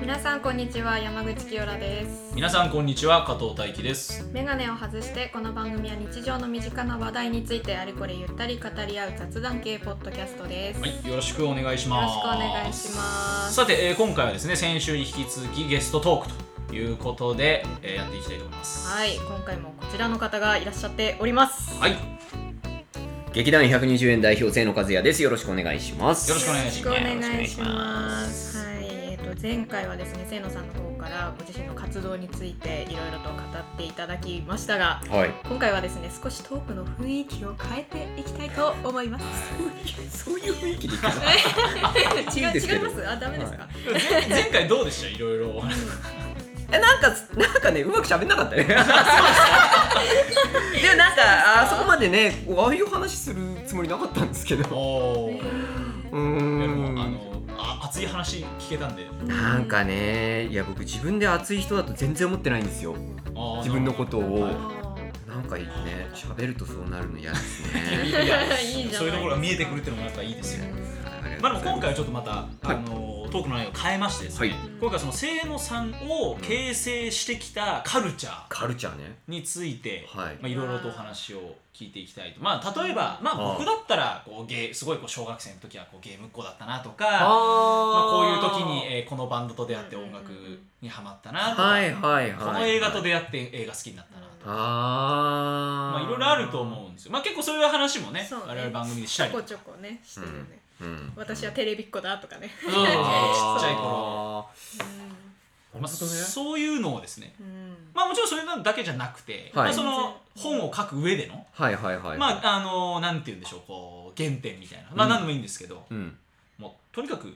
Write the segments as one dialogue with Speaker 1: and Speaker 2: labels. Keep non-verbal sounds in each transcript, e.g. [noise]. Speaker 1: 皆さんこんにちは山口清良です
Speaker 2: 皆さんこんにちは加藤大輝です
Speaker 1: メガネを外してこの番組は日常の身近な話題についてあれこれゆったり語り合う雑談系ポッドキャストです、
Speaker 2: はいよろしくお願いします
Speaker 1: よろしくお願いします
Speaker 2: さて、えー今回はですね先週に引き続きゲストトークということで、えーやっていきたいと思います
Speaker 1: はい今回もこちらの方がいらっしゃっております
Speaker 2: はい、よ
Speaker 3: 劇団120円代表清野和也ですよろしくお願いします
Speaker 2: よろしくお願いしま
Speaker 1: よ
Speaker 2: す
Speaker 1: ろくお願いしま
Speaker 3: よろしくお願いします
Speaker 1: すはいえーと前回はですね清野さんの方からご自身の活動についていろいろと語っていただきましたが
Speaker 3: はい
Speaker 1: 今回はですね少しトークの雰囲気を変えていきたいと思い
Speaker 2: [laughs]
Speaker 1: ます
Speaker 3: そういう雰囲気でいくの
Speaker 1: [laughs] 違う
Speaker 3: いいです
Speaker 1: 違
Speaker 3: け
Speaker 1: い
Speaker 3: ど
Speaker 1: ますあダメですか、
Speaker 3: は
Speaker 2: 前 [laughs] 前回どうでしたいろいろ
Speaker 3: [laughs]
Speaker 2: お話
Speaker 3: えなんかなんかねうまく喋んなかった [laughs] ねでもなんかあそこまでねああいう話するつもりなかったんですけど
Speaker 2: おー
Speaker 3: うー
Speaker 2: いやでもあ
Speaker 3: ん
Speaker 2: のあ熱い話聞けたんで
Speaker 3: なんかねいや僕自分で熱い人だと全然思ってないんですよ
Speaker 2: あー
Speaker 3: 自分のことを [laughs]
Speaker 2: はい
Speaker 3: なんかいいね喋るとそうなるの嫌です
Speaker 2: [laughs]
Speaker 3: ね
Speaker 2: いや
Speaker 1: いいじゃないですか
Speaker 2: そういうところが見えてくるっていうのもやっぱいいですよまあ、でも今回はちょっとまた、あのトークの内容を変えましてですね、
Speaker 3: はい
Speaker 2: 今回はその清野さんを形成してきたカルチャー
Speaker 3: カルチャーね
Speaker 2: について、
Speaker 3: はい
Speaker 2: まあ、いろいろとお話を聞いていきたいと、まあ、例えば、まあ、
Speaker 3: ああ
Speaker 2: 僕だったらこうゲーすごいこう小学生の時はこうゲームっ子だったなとかまあ、こういう
Speaker 3: あ
Speaker 2: 時に、えーこのバンドと出会って音楽にはまったなとか、
Speaker 3: はいはいはい
Speaker 2: この映画と出会って映画好きになったなとか、
Speaker 3: あ
Speaker 2: まあ、いろいろあると思うんですよ、まあ、結構そういう話もね
Speaker 1: そうね
Speaker 2: 我々番組でしたり
Speaker 1: ちょ
Speaker 2: と
Speaker 1: こち
Speaker 2: か
Speaker 1: ょこねしてるよね、
Speaker 3: う、うん、
Speaker 1: 私はテレビっ子だとかね、
Speaker 2: そうそうそうちっちゃい頃、
Speaker 3: あー
Speaker 2: まあ、そういうのをですね
Speaker 1: うんうん
Speaker 2: まあもちろんそれだけじゃなくて、まあ、その本を書く上での、
Speaker 3: はいはいはい
Speaker 2: まああのなんて言うんでしょうこう原点みたいなまあ
Speaker 3: うん
Speaker 2: 何でもいいんですけど、
Speaker 3: うん
Speaker 2: もうとにかく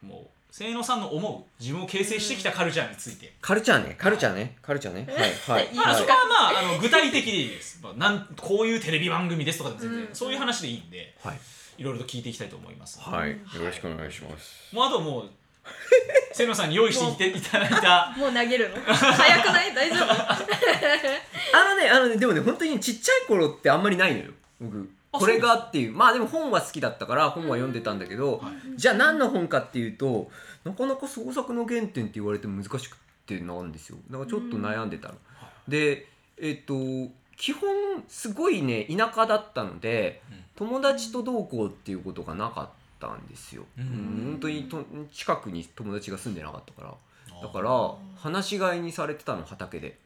Speaker 2: もう清野さんの思う自分を形成してきたカルチャーについて、
Speaker 3: カルチャーねカルチャーねカルチャーねはいはい、
Speaker 2: まあ
Speaker 3: は
Speaker 2: そ
Speaker 3: い
Speaker 2: こ、はまああの具体的でいいです、まあ、なんこういうテレビ番組ですとかでも全然、
Speaker 1: うん
Speaker 2: そういう話でいいんで
Speaker 3: はい
Speaker 2: いろいろと聞いていきたいと思います、
Speaker 3: はいよろしくお願いします
Speaker 2: もうあともう清野さんに用意して
Speaker 3: [laughs]
Speaker 2: いていただいた
Speaker 1: もう投げるの早くない大丈夫
Speaker 3: あのねあのねでもね本当にちっちゃい頃ってあんまりないのよ僕
Speaker 2: あ
Speaker 3: これがっていうまあでも本は好きだったから本は読んでたんだけど、
Speaker 2: はい
Speaker 3: じゃあ何の本かっていうとなかなか創作の原点って言われても難しくてなんですよだからちょっと悩んでたの、でえっ、と基本すごいね田舎だったので
Speaker 2: うん
Speaker 3: 友達とどうこうっていうことがなかったんですよ、
Speaker 2: うん
Speaker 3: うん本当にと近くに友達が住んでなかったからだから
Speaker 1: うん
Speaker 3: 話し飼いにされてたの畑で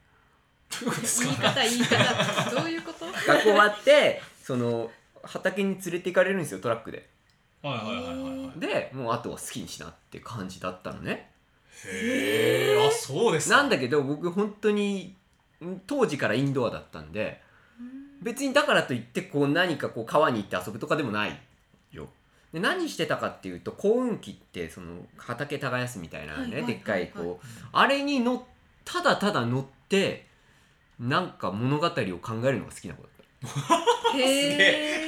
Speaker 2: どうです
Speaker 1: 言い
Speaker 2: か
Speaker 1: 方言い方どういうこと
Speaker 3: 学校終わってその畑に連れて行かれるんですよトラックで
Speaker 2: はいはいはいはいはい
Speaker 3: でもうあとは好きにしなって感じだったのね
Speaker 2: へえあそうですか
Speaker 3: なんだけど僕本当にん当時からインドアだったんで別にだからといってこう何かこう川に行って遊ぶとかでもないよで何してたかっていうと幸運期ってその畑耕すみたいなね、
Speaker 1: はいはいはいはい
Speaker 3: でっかいこうあれにのただただ乗ってなんか物語を考えるのが好きなことだった
Speaker 2: げ
Speaker 1: へえ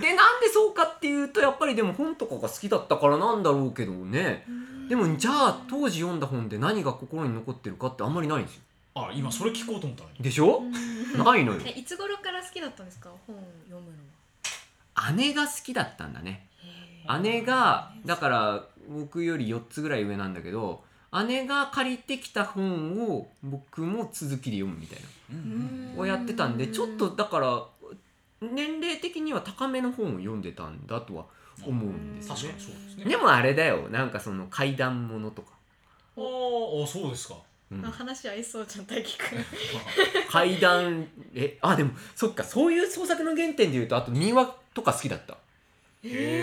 Speaker 3: でなんでそうかっていうとやっぱりでも本とかが好きだったからなんだろうけどねでもじゃあ当時読んだ本で何が心に残ってるかってあんまりないんですよ
Speaker 2: あ今それ聞こうと思ったのに
Speaker 3: でしょないのよ
Speaker 1: えいつ頃から好きだったんですか本を読むのは
Speaker 3: 姉が好きだったんだね
Speaker 1: へ
Speaker 3: 姉がだから僕より4つぐらい上なんだけど姉が借りてきた本を僕も続きで読むみたいな
Speaker 2: うん
Speaker 1: ー
Speaker 2: うん
Speaker 3: をやってたんでちょっとだから年齢的には高めの本を読んでたんだとは思うんですよ
Speaker 2: 確か
Speaker 3: ね
Speaker 2: にそうですね。
Speaker 3: でもあれだよなんかその怪談ものとか、
Speaker 2: あーあ、そうですか。
Speaker 3: うん
Speaker 1: あ話合いそうじゃん大輝く
Speaker 3: [laughs]
Speaker 1: ん
Speaker 3: 階段えあでもそっかそういう創作の原点でいうとあと民話とか好きだった、
Speaker 2: へ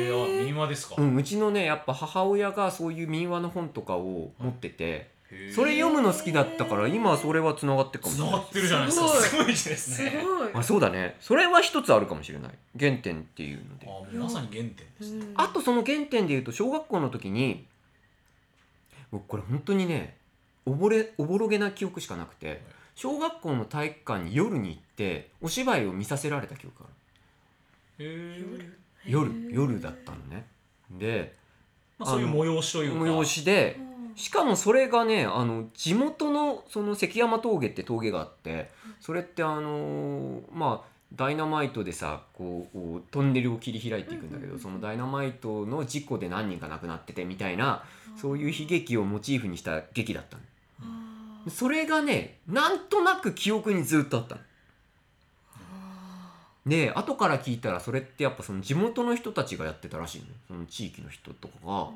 Speaker 2: え、あ、民話ですか
Speaker 3: う。ん、うちのねやっぱ母親がそういう民話の本とかを持ってて
Speaker 2: へー
Speaker 3: それ読むの好きだったから今はそれはつながってるかもし
Speaker 2: 繋
Speaker 3: れ
Speaker 2: が
Speaker 3: ない
Speaker 2: ってるじゃないですか。
Speaker 1: す
Speaker 2: すごいです
Speaker 1: す
Speaker 2: ね。
Speaker 1: ごい
Speaker 3: あそうだねそれは一つあるかもしれない原点っていうので
Speaker 2: あー、もうまさに原点ですね。
Speaker 3: あとその原点でいうと小学校の時に僕これ本当にねおぼれおぼろげな記憶しかなくて小学校の体育館に夜に行ってお芝居を見させられた記憶がある
Speaker 2: へえ。
Speaker 1: 夜
Speaker 3: 夜夜だったのねで
Speaker 2: まあ、そういう催しというか。
Speaker 3: 催。しでしかもそれがねあの地元のその関山峠って峠があってそれってあのーまあダイナマイトでさこうこうトンネルを切り開いていくんだけ
Speaker 1: うんうんう
Speaker 3: ど
Speaker 1: ん
Speaker 3: そのダイナマイトの事故で何人か亡くなっててみたいなそういう悲劇をモチーフにした劇だったの
Speaker 1: あー
Speaker 3: それがねなんとなく記憶にずっとあったの
Speaker 1: あ
Speaker 3: で後から聞いたらそれってやっぱその地元の人たちがやってたらしいのよその地域の人とかが
Speaker 2: は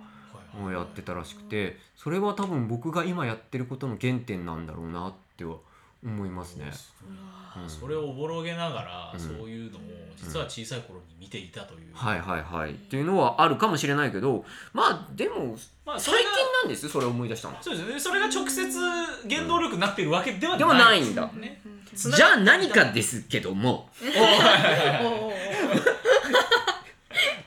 Speaker 2: い
Speaker 3: も
Speaker 2: は
Speaker 3: うやってたらしくてそれは多分僕が今やってることの原点なんだろうなっては思います
Speaker 2: い
Speaker 3: ね。
Speaker 1: ーうわ
Speaker 3: うん
Speaker 2: それをおぼろげながら、
Speaker 3: うん
Speaker 2: そういうのを実は小さい頃に見ていたという、
Speaker 3: はいはいはいっていうのはあるかもしれないけどまあでも
Speaker 2: まあそれ
Speaker 3: 最
Speaker 2: が
Speaker 3: 近なんですよそれを思い出したの。
Speaker 2: そうですねそれが直接原動力になっているわけではない
Speaker 3: でもない
Speaker 2: です
Speaker 3: んだ。
Speaker 2: ね
Speaker 1: うんうんうん
Speaker 3: じゃあ何かですけども [laughs]
Speaker 1: おうおう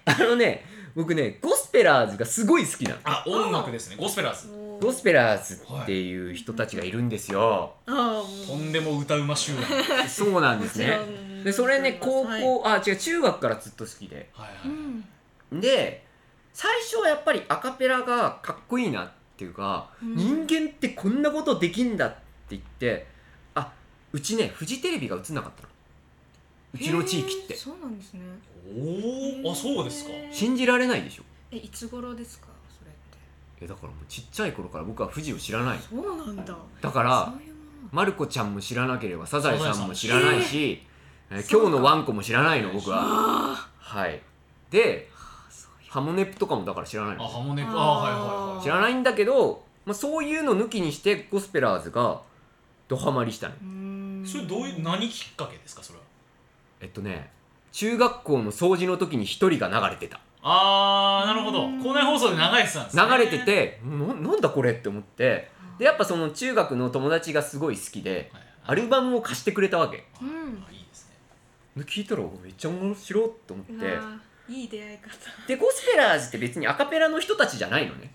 Speaker 3: あのね僕ねゴスペラーズがすごい好きなの。
Speaker 2: あ音楽ですねゴスペラーズ
Speaker 1: おう
Speaker 3: ゴスペラーズっていう人たちがいるんですよ。
Speaker 1: あ
Speaker 2: とんでも歌うま集団はい
Speaker 3: そうなんですね。
Speaker 1: ね
Speaker 3: でそれね高
Speaker 1: はい
Speaker 3: 校あ違う中学からずっと好きで。
Speaker 2: はい、
Speaker 1: うん
Speaker 3: で最初はやっぱりアカペラがかっこいいなっていうか、
Speaker 1: うん
Speaker 3: 人間ってこんなことできんだって言ってあうちねフジテレビが映んなかったのうちの地域っ
Speaker 1: へー
Speaker 3: て
Speaker 1: そうなんですね
Speaker 2: おおあそうですか
Speaker 1: へー
Speaker 3: 信じられないでしょ
Speaker 1: えいつ頃ですかそれっ
Speaker 3: いやだからもうちっちゃい頃から僕は富士を知らない
Speaker 1: てそうなんだ
Speaker 3: だから
Speaker 1: そういうもの
Speaker 3: まる子ちゃんも知らなければサザエさんも知らないし、え
Speaker 1: そ
Speaker 3: ー
Speaker 1: うか
Speaker 3: 今日のワンコも知らないの僕は
Speaker 1: あ
Speaker 3: はいで
Speaker 1: ーそういう
Speaker 3: ハモネプとかもだから知らない
Speaker 2: あ
Speaker 3: の
Speaker 2: ハモネプあ
Speaker 1: あー
Speaker 2: はいはいはい
Speaker 3: 知らないんだけど、まあ、そういうの抜きにしてゴスペラーズがドハマりしたの
Speaker 1: うーん
Speaker 2: それどういう何きっかけですかそれは
Speaker 3: えっとね中学校の掃除の時に一人が流れてた
Speaker 2: あーなるほど
Speaker 1: うん
Speaker 2: 校内放送で流れてたんです、ね、
Speaker 3: 流れててななんだこれって思ってでやっぱその中学の友達がすごい好きで
Speaker 2: はい
Speaker 3: アルバムを貸してくれたわけ
Speaker 2: あ
Speaker 1: うん
Speaker 2: あいいですね
Speaker 3: 聞いたらめっちゃ面白いと思っ
Speaker 1: う
Speaker 3: て
Speaker 1: わーいい出会い方
Speaker 3: でゴスペラーズって別にアカペラの人たちじゃないのね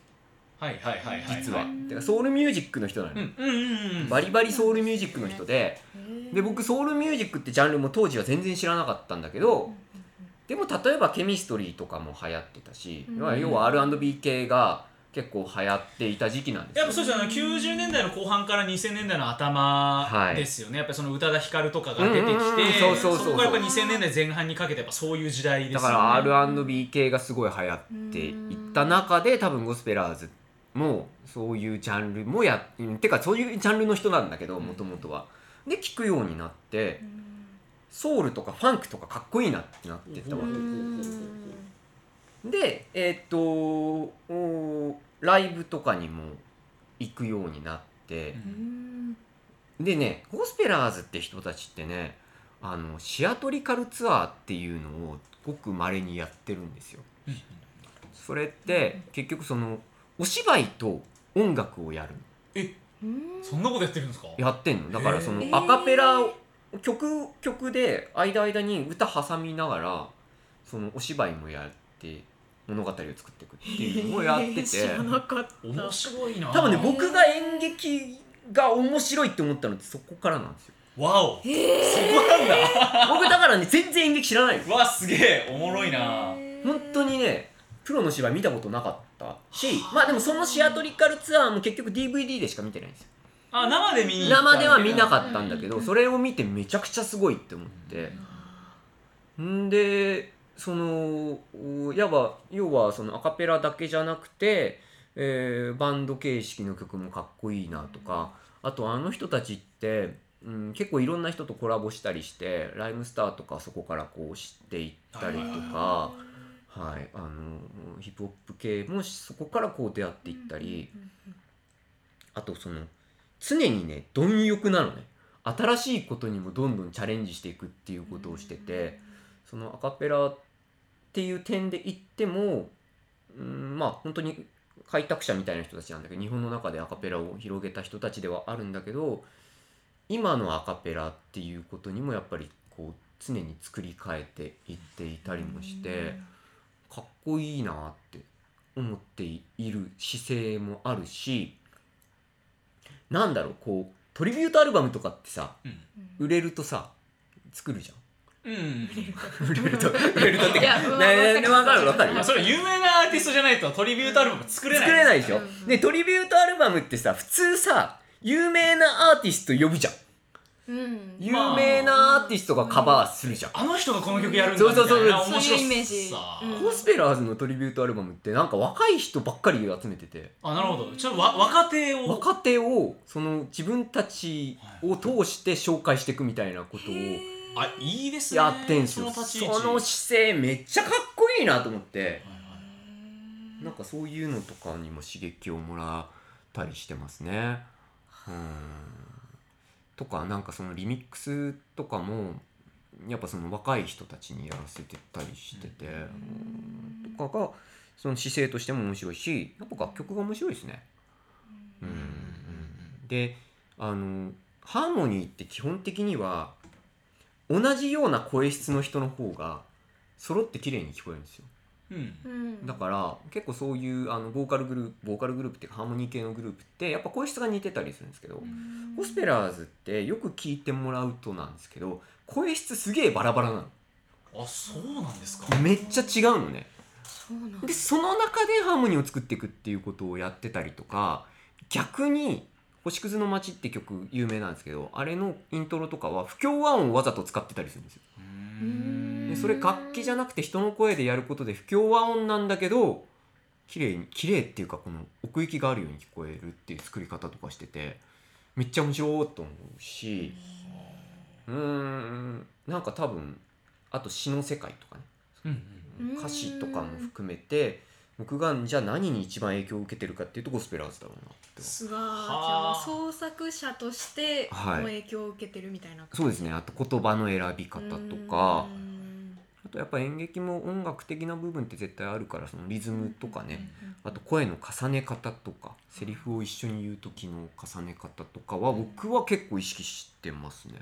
Speaker 2: はいはいはいはい
Speaker 3: 実は
Speaker 1: はいはい
Speaker 3: てかソウルミュージックの人なの、
Speaker 2: うんうんうんうん
Speaker 3: バリバリソウルミュージックの人でで僕ソウルミュージックってジャンルも当時は全然知らなかったんだけど、でも例えばケミストリーとかも流行ってたし、
Speaker 1: うん
Speaker 3: 要は R&B 系が結構流行っていた時期なんです
Speaker 2: やっ
Speaker 3: よ
Speaker 2: ぱそうですよね90年代の後半から2000年代の頭ですよね、やっぱりその宇多田ヒカルとかが出てきて、
Speaker 3: うんうんうんそうそうそうそ
Speaker 2: こ
Speaker 3: う
Speaker 2: からやっぱ2000年代前半にかけてやっぱそういう時代ですよ
Speaker 3: だ
Speaker 2: ね
Speaker 3: から R&B 系がすごい流行っていった中で多分ゴスペラーズもそういうジャンルもやってかそういうジャンルの人なんだけどもともとは。で聞くようになってソウルとかファンクとかかっこいいなってなってったわ
Speaker 2: う
Speaker 3: け
Speaker 2: ん
Speaker 3: でえーっとおライブとかにも行くようになって。でねゴスペラーズって人たちってねあのシアトリカルツアーっていうのをごくまれにやってるんですよ。それって結局そのお芝居と音楽をやる
Speaker 2: そんなことやってるんですか
Speaker 3: やってんのだからそ
Speaker 2: へ
Speaker 3: の
Speaker 1: ー
Speaker 3: アカペラを曲曲で間間に歌挟みながらそのお芝居もやって物語を作っていくっていうのをやってて
Speaker 1: [laughs] 知らなかった
Speaker 2: 面白いな
Speaker 3: 多分ね僕が演劇が面白いって思ったのってそこからなんですよ。
Speaker 2: わお
Speaker 1: へえ
Speaker 2: そこなんだ [laughs]
Speaker 3: 僕だからね全然演劇知らないよ
Speaker 2: わすげえおもろいな
Speaker 3: 本当にねプロの芝居見たことなかったしまあでもそのシアトリカルツアーも結局 DVD でしか見てないんですよ
Speaker 2: あ生で見に行った
Speaker 3: 生では見なかったんだけ
Speaker 1: う
Speaker 3: ど
Speaker 1: ん
Speaker 3: それを見てめちゃくちゃすごいって思ってんでそのおやば要はそのアカペラだけじゃなくて、えーバンド形式の曲もかっこいいなとかあとあの人たちって、うん、結構いろんな人とコラボしたりしてライムスターとかそこからこう知っていったりと
Speaker 2: はいはい
Speaker 3: か。はい、あのヒップホップ系もそこからこう出会っていったり、あとその常にね貪欲なのね新しいことにもどんどんチャレンジしていくっていうことをしてて、そのアカペラっていう点で言っても、うん、まあ本当に開拓者みたいな人たちなんだけど日本の中でアカペラを広げた人たちではあるんだけど今のアカペラっていうことにもやっぱりこう常に作り変えていっていたりもして。かっこいいなって思っている姿勢もあるしなんだろうこうトリビュートアルバムとかってさ
Speaker 2: うん
Speaker 3: 売れるとさ作るじ
Speaker 2: うん
Speaker 1: [laughs]
Speaker 3: ゃん売れると売れるとって
Speaker 1: いや
Speaker 3: か
Speaker 1: わ
Speaker 3: ねねわかるわかる
Speaker 2: まあそれ有名なアーティストじゃないとトリビュートアルバム作れない
Speaker 3: 作れないでしょ
Speaker 1: うんうん
Speaker 3: でトリビュートアルバムってさ普通さ有名なアーティスト呼ぶじゃん
Speaker 1: うん
Speaker 3: 有名なアーティストがカバーするじゃん、
Speaker 2: あの人がこの曲やるんだみたいな
Speaker 3: そうそうそう
Speaker 2: 面白さ
Speaker 1: そういうイメージうん
Speaker 3: ゴスペラーズのトリビュートアルバムってなんか若い人ばっかり集めてて
Speaker 2: あなるほどちょっとわ若手を
Speaker 3: 若手をその自分たちを通して紹介していくみたいなことを
Speaker 2: あいいですね
Speaker 3: やってんすよ
Speaker 2: その
Speaker 3: そ
Speaker 2: 立ち位置
Speaker 3: の姿勢めっちゃかっこいいなと思って
Speaker 2: はいはい
Speaker 3: なんかそういうのとかにも刺激をもらったりしてますね。うんとかなんかそのリミックスとかもやっぱその若い人たちにやらせてたりしてて、うんとかがその姿勢としても面白いしやっぱ楽曲が面白いですね。うんであのハーモニーって基本的には同じような声質の人の方が揃って綺麗に聞こえるんですよ。
Speaker 2: うん
Speaker 1: うん
Speaker 3: だから結構そういうあのボーカルグループボーカルグループっていうかハーモニー系のグループってやっぱ声質が似てたりするんですけど、ゴスペラーズってよく聞いてもらうとなんですけど声質すげえバラバラな
Speaker 2: あそうなんですか
Speaker 3: のめっちゃ違うのね
Speaker 1: そうなん
Speaker 3: でその中でハーモニーを作っていくっていうことをやってたりとか逆に「星屑の街」って曲有名なんですけどあれのイントロとかは不協和音をわざと使ってたりするんですよ
Speaker 2: うーん
Speaker 3: でそれ楽器じゃなくて人の声でやることで不協和音なんだけど綺麗に綺麗っていうかこの奥行きがあるように聞こえるっていう作り方とかしててめっちゃ面白いと思うしうーんなんか多分あと詩の世界とかね
Speaker 2: うん
Speaker 1: うん
Speaker 3: 歌詞とかも含めて僕がじゃあ何に一番影響を受けてるかっていうとゴスペラーズだろうなって
Speaker 1: すごいじゃ
Speaker 2: はあ
Speaker 1: あ創作者として
Speaker 3: はい
Speaker 1: も影響を受けてるみたいな感じ
Speaker 3: そうですねあと言葉の選び方とか
Speaker 1: うん
Speaker 3: あとやっぱ演劇も音楽的な部分って絶対あるからそのリズムとかね、あと声の重ね方とかセリフを一緒に言う時の重ね方とかは僕は結構意識してますね。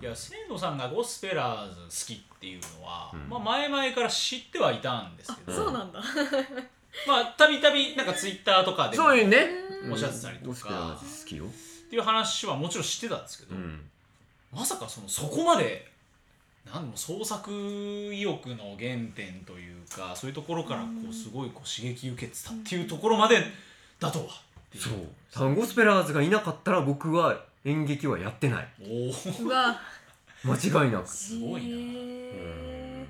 Speaker 2: いや千野さんがゴスペラーズ好きっていうのは、
Speaker 3: うん
Speaker 2: まあ、前々から知ってはいたんですけど、
Speaker 3: あ
Speaker 1: そう
Speaker 3: [laughs]
Speaker 1: なんだ
Speaker 2: まあたびたびなんかツイッターとかで
Speaker 3: そういうね
Speaker 2: おっしゃってたりとか
Speaker 3: ゴスペラーズ好きよ。
Speaker 2: っていう話はもちろん知ってたんですけ
Speaker 3: う
Speaker 2: ど、
Speaker 3: ん。
Speaker 2: まさかそのそこまでなんでも創作意欲の原点というかそういうところからこうすごいこう刺激受けてたっていうところまでだとは
Speaker 3: そう。多分ゴスペラーズがいなかったら僕は演劇はやってない。
Speaker 2: おー
Speaker 1: うわ
Speaker 3: 間違いなく。
Speaker 2: すごいな
Speaker 1: へ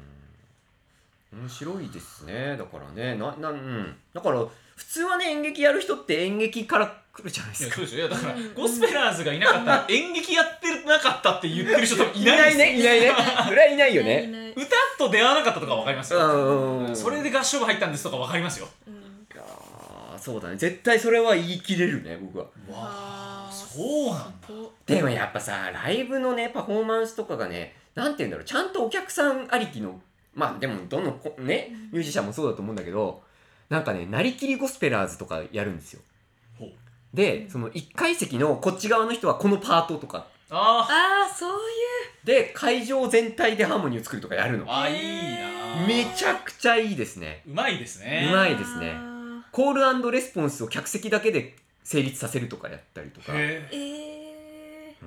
Speaker 3: うん面白いですね。だからね、ななうん。だから普通はね演劇やる人って演劇から来るじゃないで
Speaker 2: いや
Speaker 3: すか
Speaker 2: そう。ですよいやだから
Speaker 1: うん
Speaker 2: ゴスペラーズがいなかったら演劇やってなかったって言ってる人多分いないですよ
Speaker 3: ね。いないね。それはいない
Speaker 1: ー
Speaker 2: [laughs]
Speaker 3: よね。
Speaker 1: ないない
Speaker 2: 歌と出会わなかったとかわかりますよ、
Speaker 3: うんうんうん
Speaker 2: それで合唱部入ったんですとかわかりますよ
Speaker 1: うん
Speaker 3: いやーそうだね。絶対それは言い切れるね僕は。
Speaker 2: わ
Speaker 1: あー
Speaker 2: あそうなんだ
Speaker 1: すごっ
Speaker 3: でもやっぱさライブのねパフォーマンスとかがねなんて言うんだろうちゃんとお客さんありきのまあでもどのこねミュージシャンもそうだと思うんだけどなんかねなりきりゴスペラーズとかやるんですよ
Speaker 2: ほう
Speaker 3: でその1階席のこっち側の人はこのパートとか
Speaker 2: あ
Speaker 1: ああそういう
Speaker 3: で会場全体でハーモニーを作るとかやる
Speaker 2: ー
Speaker 3: の
Speaker 2: あーいいな
Speaker 3: め
Speaker 2: ゃ
Speaker 3: ちゃくちゃいいですね
Speaker 2: うまいですね
Speaker 3: うまいですね
Speaker 1: あ
Speaker 3: コールレスポンスを客席だけで成立させるとかやったりとか
Speaker 1: ー
Speaker 2: へ
Speaker 1: え
Speaker 3: う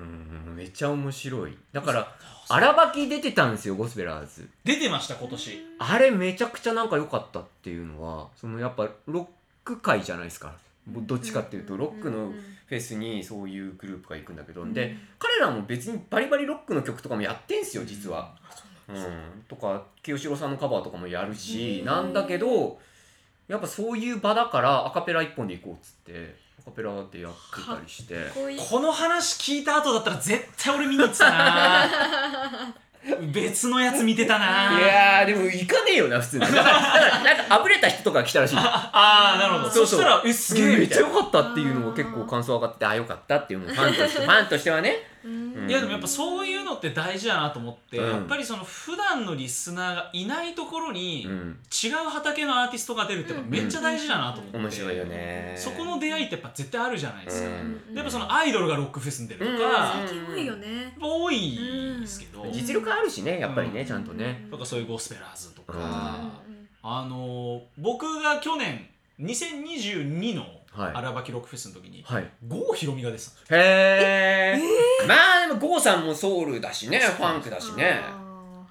Speaker 3: んめちゃ面白いだから
Speaker 2: あ
Speaker 3: 荒ばき出てたんですよゴスペラーズ
Speaker 2: 出てました今年
Speaker 3: あれめちゃくちゃなんか良かったっていうのはそのやっぱロック界じゃないですかどっちかっていうとロックのフェスにそういうグループが行くんだけどで彼らも別にバリバリロックの曲とかもやってんすよ実は。うん、とか清志郎さんのカバーとかもやるし
Speaker 1: うん
Speaker 3: なんだけどやっぱそういう場だからアカペラ一本で行こうっつってアカペラでやってたりして
Speaker 1: こういう
Speaker 2: この話聞いた後だったら絶対俺見に行ってたな別のやつ見てたない
Speaker 3: やーでも行かねえよな普通にだからだからなんかあぶれた人とかが来たらしい
Speaker 2: ああなるほど
Speaker 3: そ
Speaker 2: そう
Speaker 3: そう
Speaker 2: したらえすげえ
Speaker 3: め
Speaker 2: み
Speaker 3: ったちゃ
Speaker 2: い
Speaker 3: 良
Speaker 2: な
Speaker 3: かったっていうのも結構感想上がっててあ良かったっていうのもファンとしてファンとしてはね
Speaker 1: うん
Speaker 3: うん
Speaker 2: いやでもやっぱそういうのって大事だなと思って、
Speaker 3: うん
Speaker 2: やっぱりその普段のリスナーがいないところに
Speaker 3: うん
Speaker 2: 違う畑のアーティストが出るってやっぱめっちゃ大事だなと思って、
Speaker 3: 面白いよね
Speaker 2: そこの出会いってやっぱ絶対あるじゃないですか、
Speaker 3: うん
Speaker 2: でやっぱそのアイドルがロックフェスに出るとか、
Speaker 3: うん
Speaker 2: や
Speaker 1: 最
Speaker 2: っ
Speaker 1: 近多いよね
Speaker 2: ぱ多いんですけど、
Speaker 1: うん
Speaker 3: 実力あるしねやっぱり
Speaker 2: う
Speaker 3: ね
Speaker 2: ん
Speaker 3: ちゃんとね
Speaker 2: とかそういうゴスペラーズとか、
Speaker 3: うん
Speaker 2: あのー僕が去年2022の
Speaker 3: はい
Speaker 2: 荒ばきロックフェスの時に、
Speaker 3: はい
Speaker 2: 郷ひろみが出てたんですよ
Speaker 3: へーまあでも郷さんもソウルだしねファンクだしね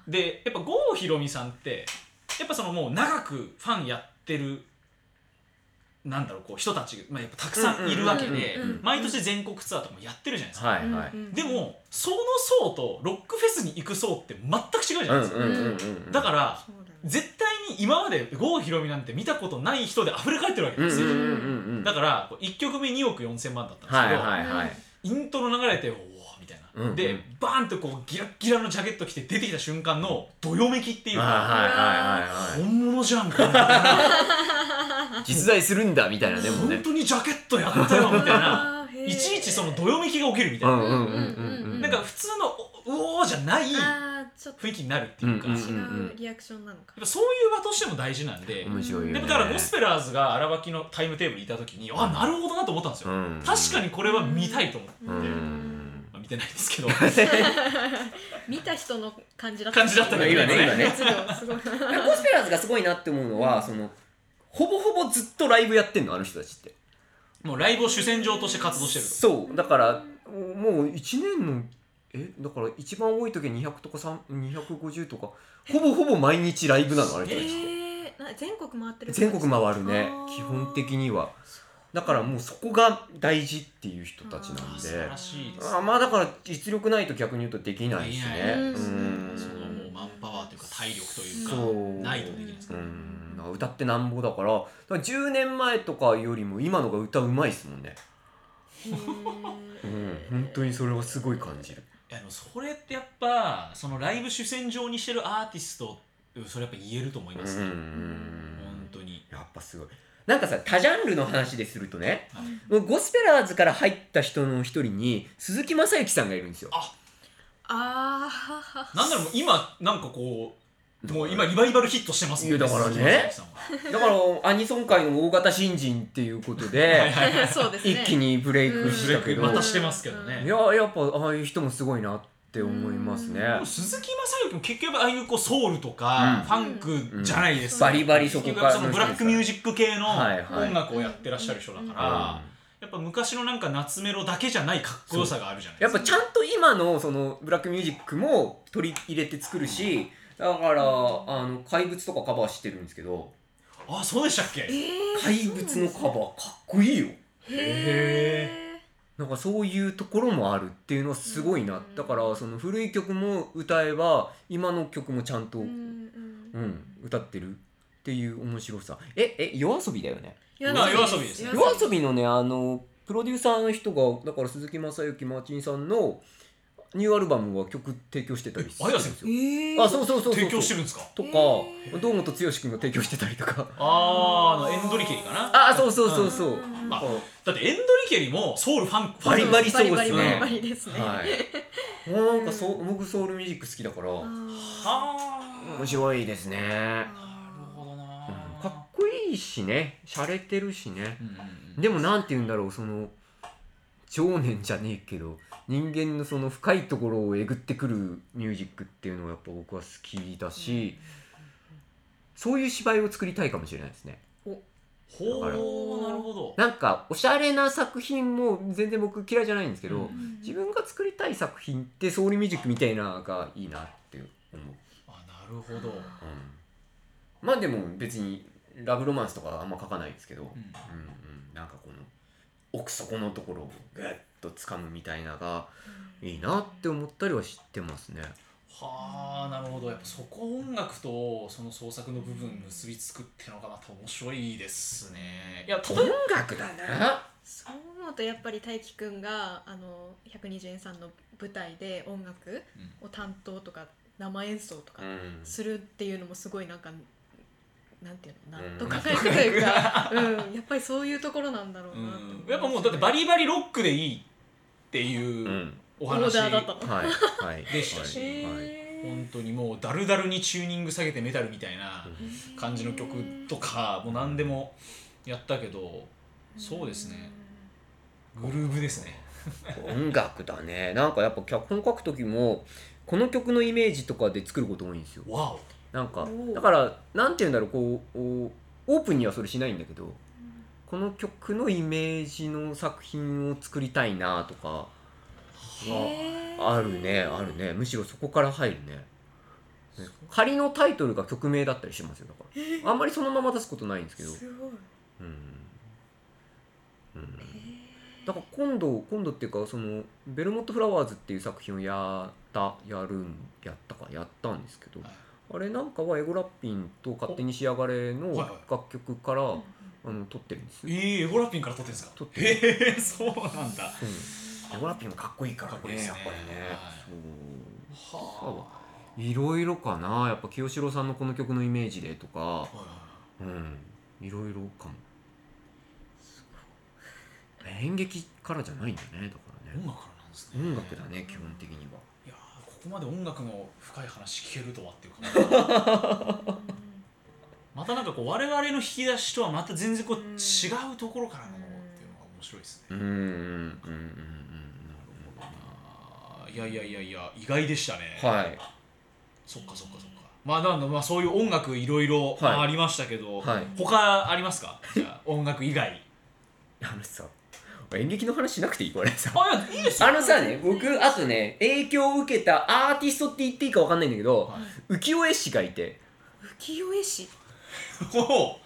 Speaker 2: でやっぱ郷ひろみさんってやっぱそのもう長くファンやってるなんだろうこう人たちが、まあ、やっぱたくさんいるわけで
Speaker 1: うんうんうんうん
Speaker 2: 毎年全国ツアーとかもやってるじゃないですか、
Speaker 3: はいはい、
Speaker 1: うんうん
Speaker 2: でもその層とロックフェスに行く層って全く違うじゃ
Speaker 3: う
Speaker 2: ない
Speaker 3: ん
Speaker 2: で
Speaker 3: う
Speaker 2: すか、
Speaker 3: んうんうん
Speaker 2: だから
Speaker 1: そうだね
Speaker 2: 絶対に今まで郷ひろみなんて見たことない人で溢れ返ってるわけ
Speaker 3: うん
Speaker 2: で
Speaker 3: うん
Speaker 2: す
Speaker 3: う
Speaker 2: よ、
Speaker 3: んうんうん
Speaker 2: だから1曲目2億4千万だったんです
Speaker 3: は
Speaker 2: け
Speaker 3: い
Speaker 2: ど、
Speaker 3: はいはい
Speaker 2: イントロ流れておおみたいな、
Speaker 3: うんうん
Speaker 2: でバーンとこうギラッギラのジャケット着て出てきた瞬間のどよめきっていう
Speaker 3: はい
Speaker 2: か、
Speaker 3: はいはいは
Speaker 2: 本物じゃんみたい
Speaker 3: [laughs]
Speaker 2: な
Speaker 3: い実在するんだみたいなでもね
Speaker 2: 本当にジャケットやったよみたい
Speaker 3: [laughs]
Speaker 2: な
Speaker 1: あーへー
Speaker 2: いちいちそのどよめきが起きるみた
Speaker 3: う
Speaker 2: いな、
Speaker 3: んうんうんうんう
Speaker 1: うん
Speaker 2: なんか普通のおうおーじゃない
Speaker 1: あーちょっと
Speaker 2: 雰囲気になるっていうか、
Speaker 3: うんうん
Speaker 2: やっ
Speaker 1: 違うリアクションなのか、
Speaker 2: ぱそういう場としても大事なんで、
Speaker 3: 面白いよ
Speaker 2: で
Speaker 3: ね
Speaker 2: だからゴスペラーズが荒脇のタイムテーブルにいた時にあなるほどなと思ったんですよ、
Speaker 3: うん
Speaker 2: 確かにこれは見たいと思って、
Speaker 3: う
Speaker 1: うん
Speaker 3: ん
Speaker 2: まあ見てないですけど
Speaker 1: 見た人の感じだった
Speaker 2: 感じだった
Speaker 3: ね今ね今ね
Speaker 1: 熱量すごい
Speaker 3: コスペラーズがすごいなって思うのは、そのほぼほぼずっとライブやってんのあの人たちって
Speaker 2: もうライブを主戦場として活動してる
Speaker 3: そうだからもう1年のえだから一番多い時は200とか3 250とかほぼほぼ毎日ライブなのあれ人たちって
Speaker 1: えーな全国回ってる
Speaker 3: 全国回るね
Speaker 1: あー
Speaker 3: 基本的にはだからもうそこが大事っていう人たちなん
Speaker 2: あ
Speaker 3: で
Speaker 2: 素晴らしいです
Speaker 3: あまあだから実力ないと逆に言うとできないし
Speaker 1: で
Speaker 3: ね。う
Speaker 1: きない
Speaker 3: ん
Speaker 2: そのもうマンパワーというか体力というか
Speaker 3: そう
Speaker 2: ないとできないです
Speaker 3: う
Speaker 2: から、
Speaker 3: ん、だから歌ってなんぼだからだから10年前とかよりも今のが歌うまいですもんね、
Speaker 1: へー
Speaker 3: うん、本当にそれはすごい感じる
Speaker 2: いやでもそれってやっぱそのライブ主戦場にしてるアーティストそれやっぱ言えると思いますね、本当に、
Speaker 3: やっぱすごいなんかさ多ジャンルの話でするとね
Speaker 2: はい
Speaker 3: もうゴスペラーズから入った人の一人に鈴木雅之さんがいるんですよ
Speaker 1: あー
Speaker 2: なんならもう今なんかこうもう今リバイバルヒットしてますもん
Speaker 3: いやだからね
Speaker 2: 鈴木雅之さんは
Speaker 3: だからアニソン界の大型新人っていうこと
Speaker 2: はい
Speaker 3: で
Speaker 2: はい
Speaker 1: そうですね
Speaker 3: 一気にブレイク
Speaker 2: ブ
Speaker 3: し
Speaker 2: レイ
Speaker 3: たけ
Speaker 2: ク
Speaker 3: ど、
Speaker 2: ま
Speaker 1: うん
Speaker 2: たしてますけどね
Speaker 3: いややっぱああいう人もすごいなって思いますね
Speaker 2: でも鈴木雅之も結局ああいうこうソウルとか、
Speaker 3: うん
Speaker 2: ファンクじゃないです
Speaker 1: う
Speaker 2: か、
Speaker 1: んバリ
Speaker 3: バリそこから
Speaker 2: 結局そのブラックミュージック系の
Speaker 3: はいはい
Speaker 2: 音楽をやってらっしゃる人だから、
Speaker 3: うん
Speaker 2: やっぱ昔のなんか夏メロだけじゃないかっこよさがあるじゃないで
Speaker 3: やっ
Speaker 2: すか
Speaker 3: ぱちゃんと今のそのブラックミュージックも取り入れて作るしだからあの怪物とかカバーしてるんですけど
Speaker 2: あそうでしたっけ
Speaker 1: えー
Speaker 3: 怪物のカバーかっこいいよ
Speaker 1: へえ
Speaker 3: なんかそういうところもあるっていうのはすごいな
Speaker 1: うん
Speaker 3: だからその古い曲も歌えば今の曲もちゃんと、
Speaker 1: う
Speaker 3: うん、
Speaker 1: ん
Speaker 3: 歌ってるっていう面白さええ夜遊びだよね
Speaker 1: うん
Speaker 2: まあ夜遊びですね
Speaker 3: 夜遊びのねあのプロデューサーの人がだから鈴木雅之マーチンさんのニューアルバムは曲提供してたりするんですよ
Speaker 1: えー
Speaker 3: あそうそうそうそう
Speaker 2: 提供してるんですか
Speaker 3: とか、
Speaker 1: へー
Speaker 3: 堂本剛君が提供してたりとか
Speaker 2: あーあのエンドリケリかな
Speaker 3: ああそうそうそうそう、
Speaker 1: うん
Speaker 2: まあ
Speaker 3: こ
Speaker 2: だってエンドリケリもソウルファンク
Speaker 3: バリバリそうですね
Speaker 1: バリバリバリバリです
Speaker 3: う
Speaker 1: ね
Speaker 3: はいもうなんかそう僕ソウルミュージック好きだから面
Speaker 1: あ
Speaker 2: はあなる
Speaker 3: 白いですね、
Speaker 2: ほどな
Speaker 3: うん
Speaker 2: ー
Speaker 3: かっこいいしね洒落てるしね
Speaker 2: うんうんうん
Speaker 3: でもなんて言うんだろうその情念じゃねえけど人間のその深いところをえぐってくるミュージックっていうのはやっぱ僕は好きだし、そういう芝居を作りたいかもしれないですね
Speaker 2: ほうな
Speaker 3: だから
Speaker 2: るほど
Speaker 3: なんかおしゃれな作品も全然僕嫌いじゃないんですけど、
Speaker 2: うん
Speaker 1: ー
Speaker 3: 自分が作りたい作品ってソウルミュージックみたいなのがいいなって思う、
Speaker 2: あなるほど、
Speaker 3: うん、まあでも別にラブロマンスとかはあんま書かないですけど、うん
Speaker 2: うん
Speaker 3: うん、なんかこの奥底のところをグッと掴むみたいなのがいいなって思ったりは知ってますね
Speaker 2: はあなるほどやっぱそこを音楽とその創作の部分結びつくってのがまた面白いですねいや例えば
Speaker 3: 楽だな
Speaker 1: そう思うとやっぱり大輝くんがあの120円さんの舞台で音楽を担当とか生演奏とか
Speaker 3: うん
Speaker 1: するっていうのもすごいなんかなんていうの
Speaker 3: うん
Speaker 1: 納得感という
Speaker 3: [laughs]
Speaker 1: か、うん、やっぱりそういうところなんだろうなって思いますね、
Speaker 2: うんやっぱもうだってバリバリロックでいいって
Speaker 3: う
Speaker 2: いうんお
Speaker 1: オー
Speaker 2: 話、
Speaker 1: ダーだったの。
Speaker 3: はいはい
Speaker 2: でしたし
Speaker 3: はいはい
Speaker 2: 本当にもうダルダルにチューニング下げてメタルみたいな感じの曲とかもう何でもやったけどそうですねグルーブですね
Speaker 3: 音楽だねなんかやっぱ脚本書く時もこの曲のイメージとかで作ること多いんですよ
Speaker 2: わ
Speaker 3: なんか
Speaker 1: おう
Speaker 3: だからなんて言うんだろうこうおオープンにはそれしないんだけどこの曲のイメージの作品を作りたいなとか
Speaker 1: へー
Speaker 3: あるねあるねむしろそこから入るね
Speaker 2: お
Speaker 3: 仮のタイトルが曲名だったりしますよだからあんまりそのまま出すことないんですけど、
Speaker 1: すごい
Speaker 3: うん、うんだから今度今度っていうかその「ベルモット・フラワーズ」っていう作品をやったやるんやったかやったんですけど、
Speaker 2: はい
Speaker 3: あれなんかはエゴラッピンと「勝手に仕上がれ」の
Speaker 2: おはいはい
Speaker 3: 楽曲から、
Speaker 1: うん
Speaker 3: あの撮ってるんですよ、
Speaker 2: ええエゴラッピンから撮ってんですか
Speaker 3: 撮ってる
Speaker 2: ええそうなんだ
Speaker 3: うんエゴラッピンもかっこいいから
Speaker 2: か
Speaker 3: ね
Speaker 2: っこいいですね
Speaker 3: やっぱりね、
Speaker 2: はい
Speaker 3: そう
Speaker 2: は
Speaker 3: はいろいろかなやっぱ清志郎さんのこの曲のイメージでとか
Speaker 2: あ、
Speaker 3: うんいろいろかも演劇からじゃないんだねだから
Speaker 2: 音
Speaker 3: ね
Speaker 2: 楽からなんですね
Speaker 3: 音楽だね基本的にはい
Speaker 2: やーここまで音楽の深い話聞けるとはっていうかまたなんかこう我々の引き出しとはまた全然こう
Speaker 1: うん
Speaker 2: 違うところからのっていうのが面白いです
Speaker 3: う
Speaker 2: ね
Speaker 3: んうんうんうんうんうん
Speaker 2: あーいやいやいやいや意外でしたね
Speaker 3: はい
Speaker 2: そっかそっかそっかまあなんだまあそういう音楽いろいろ
Speaker 3: はい
Speaker 2: ありましたけど、
Speaker 3: はい
Speaker 2: 他ありますかじゃあ音楽以外
Speaker 3: あのさ演劇の話しなくていいこれさ
Speaker 2: あいやいいですよ
Speaker 3: あのさね僕あとね影響を受けたアーティストって言っていいかわかんないんだけど、
Speaker 2: [laughs] はい
Speaker 3: 浮世絵師がいて
Speaker 1: 浮世絵師
Speaker 2: ほ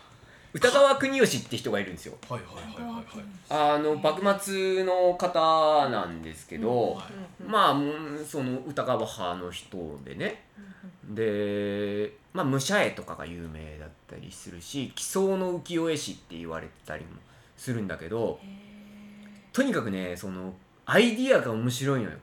Speaker 3: 歌川国芳って人がいるんですよ
Speaker 2: うはいはいはいはいはい
Speaker 3: あの幕末の方なんですけど、
Speaker 1: うん
Speaker 3: まあうんその歌川派の人でねで、まあ、武者絵とかが有名だったりするし奇想の浮世絵師って言われてたりもするんだけど
Speaker 1: へ
Speaker 3: とにかくねそのアイディアが面白いのよ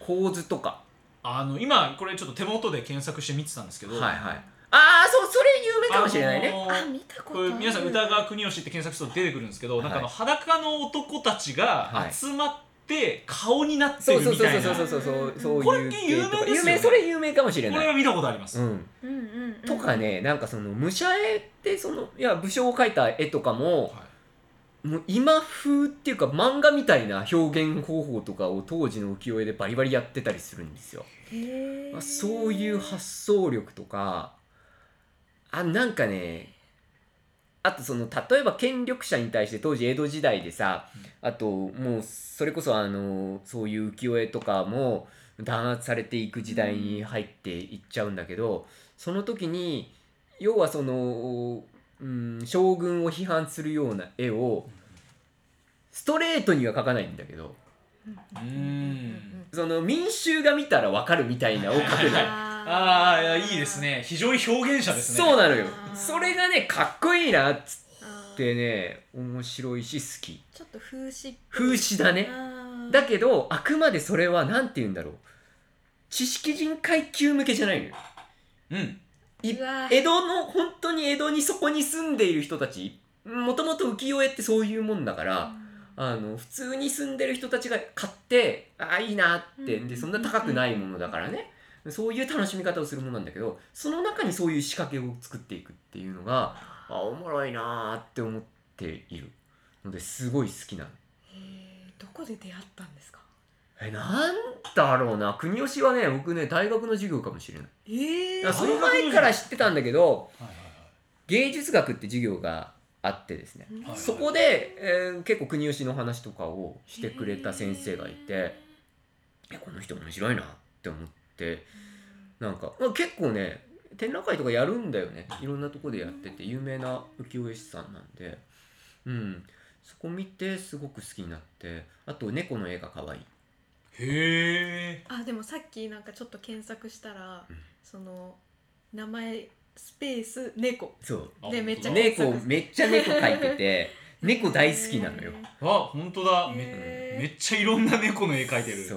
Speaker 3: 構図とか
Speaker 2: あの今これちょっと手元で検索して見てたんですけど、
Speaker 3: はいはいああそうそれ有名かもしれないね、
Speaker 2: あの
Speaker 1: ー
Speaker 2: ー
Speaker 1: あ見たこと
Speaker 2: こ
Speaker 1: あ
Speaker 2: れ
Speaker 1: る
Speaker 2: 皆さん歌川国吉って検索すると出てくるんですけど、
Speaker 3: はい
Speaker 2: なんかあの裸の男たちが
Speaker 3: はい
Speaker 2: 集まって顔になって
Speaker 3: そう
Speaker 2: る
Speaker 3: そう
Speaker 2: み
Speaker 3: そ
Speaker 2: た
Speaker 3: うそ
Speaker 2: いうな
Speaker 3: そう
Speaker 2: こ
Speaker 3: そうそうそう
Speaker 2: こ
Speaker 3: い
Speaker 2: れ
Speaker 3: う
Speaker 2: 有名ですよね
Speaker 3: 有名それ有名かもしれな
Speaker 2: れ
Speaker 3: い
Speaker 2: は見たことあります、
Speaker 3: うん
Speaker 1: うんうんうん
Speaker 3: とかねなんかその武者絵ってそのいや武将を描いた絵とかも
Speaker 2: はい
Speaker 3: もう今風っていうか漫画みたいな表現方法とかを当時の浮世絵でバリバリやってたりするんですよ。
Speaker 1: へー
Speaker 3: まあ、そういう発想力とかあなんかねあとその例えば権力者に対して当時江戸時代でさあともうそれこそあのそういう浮世絵とかも弾圧されていく時代に入っていっちゃうんだけど、その時に要はその、うん、将軍を批判するような絵をストレートには描かないんだけど
Speaker 1: う
Speaker 2: うんん
Speaker 1: うんうん
Speaker 3: その民衆が見たらわかるみたいなを描くのよ。
Speaker 2: あ
Speaker 1: あ
Speaker 2: あいやいいですね非常に表現者ですね
Speaker 3: そうなのよ
Speaker 1: あー
Speaker 3: それがねかっこいいなっつ
Speaker 1: あ
Speaker 3: っ
Speaker 1: ー
Speaker 3: てね面白いし好き
Speaker 1: ちょっと風刺
Speaker 3: 風刺だね
Speaker 1: あー
Speaker 3: だけどあくまでそれは何て言うんだろう知識人階級向けじゃないのよ
Speaker 2: うん
Speaker 3: いう
Speaker 1: わ
Speaker 3: 江戸の本当に江戸にそこに住んでいる人たちもともと浮世絵ってそういうもんだからあの普通に住んでる人たちが買ってああいいなって
Speaker 1: うん
Speaker 3: でそんな高くないものだからねそういう楽しみ方をするものなんだけどその中にそういう仕掛けを作っていくっていうのがあおもろいなーって思っているのですごい好きなの
Speaker 1: へーどこで出会ったんですか
Speaker 3: えなんだろうな国吉はね僕ね大学の授業かもしれない
Speaker 1: え
Speaker 3: い
Speaker 1: え
Speaker 3: やその前から知ってたんだけど
Speaker 2: はいはい
Speaker 3: 芸術学って授業があってですね
Speaker 2: はい
Speaker 3: そこで、えー結構国吉の話とかをしてくれた先生がいていやこの人面白いなって思ってなんか、まあ、結構ね展覧会とかやるんだよねいろんなとこでやってて有名な浮世絵師さんなんでうんそこ見てすごく好きになってあと猫の絵が可愛い
Speaker 2: へえ
Speaker 1: あでもさっきなんかちょっと検索したら、
Speaker 3: うん
Speaker 1: その名前スペース猫
Speaker 3: そう
Speaker 1: でめっちゃ
Speaker 3: 猫めっちゃ猫描いてて [laughs] 猫大好きなのよ
Speaker 1: へー
Speaker 2: あ本当だめ
Speaker 1: へー
Speaker 2: めっちゃいろんな猫の絵描いてる
Speaker 3: そう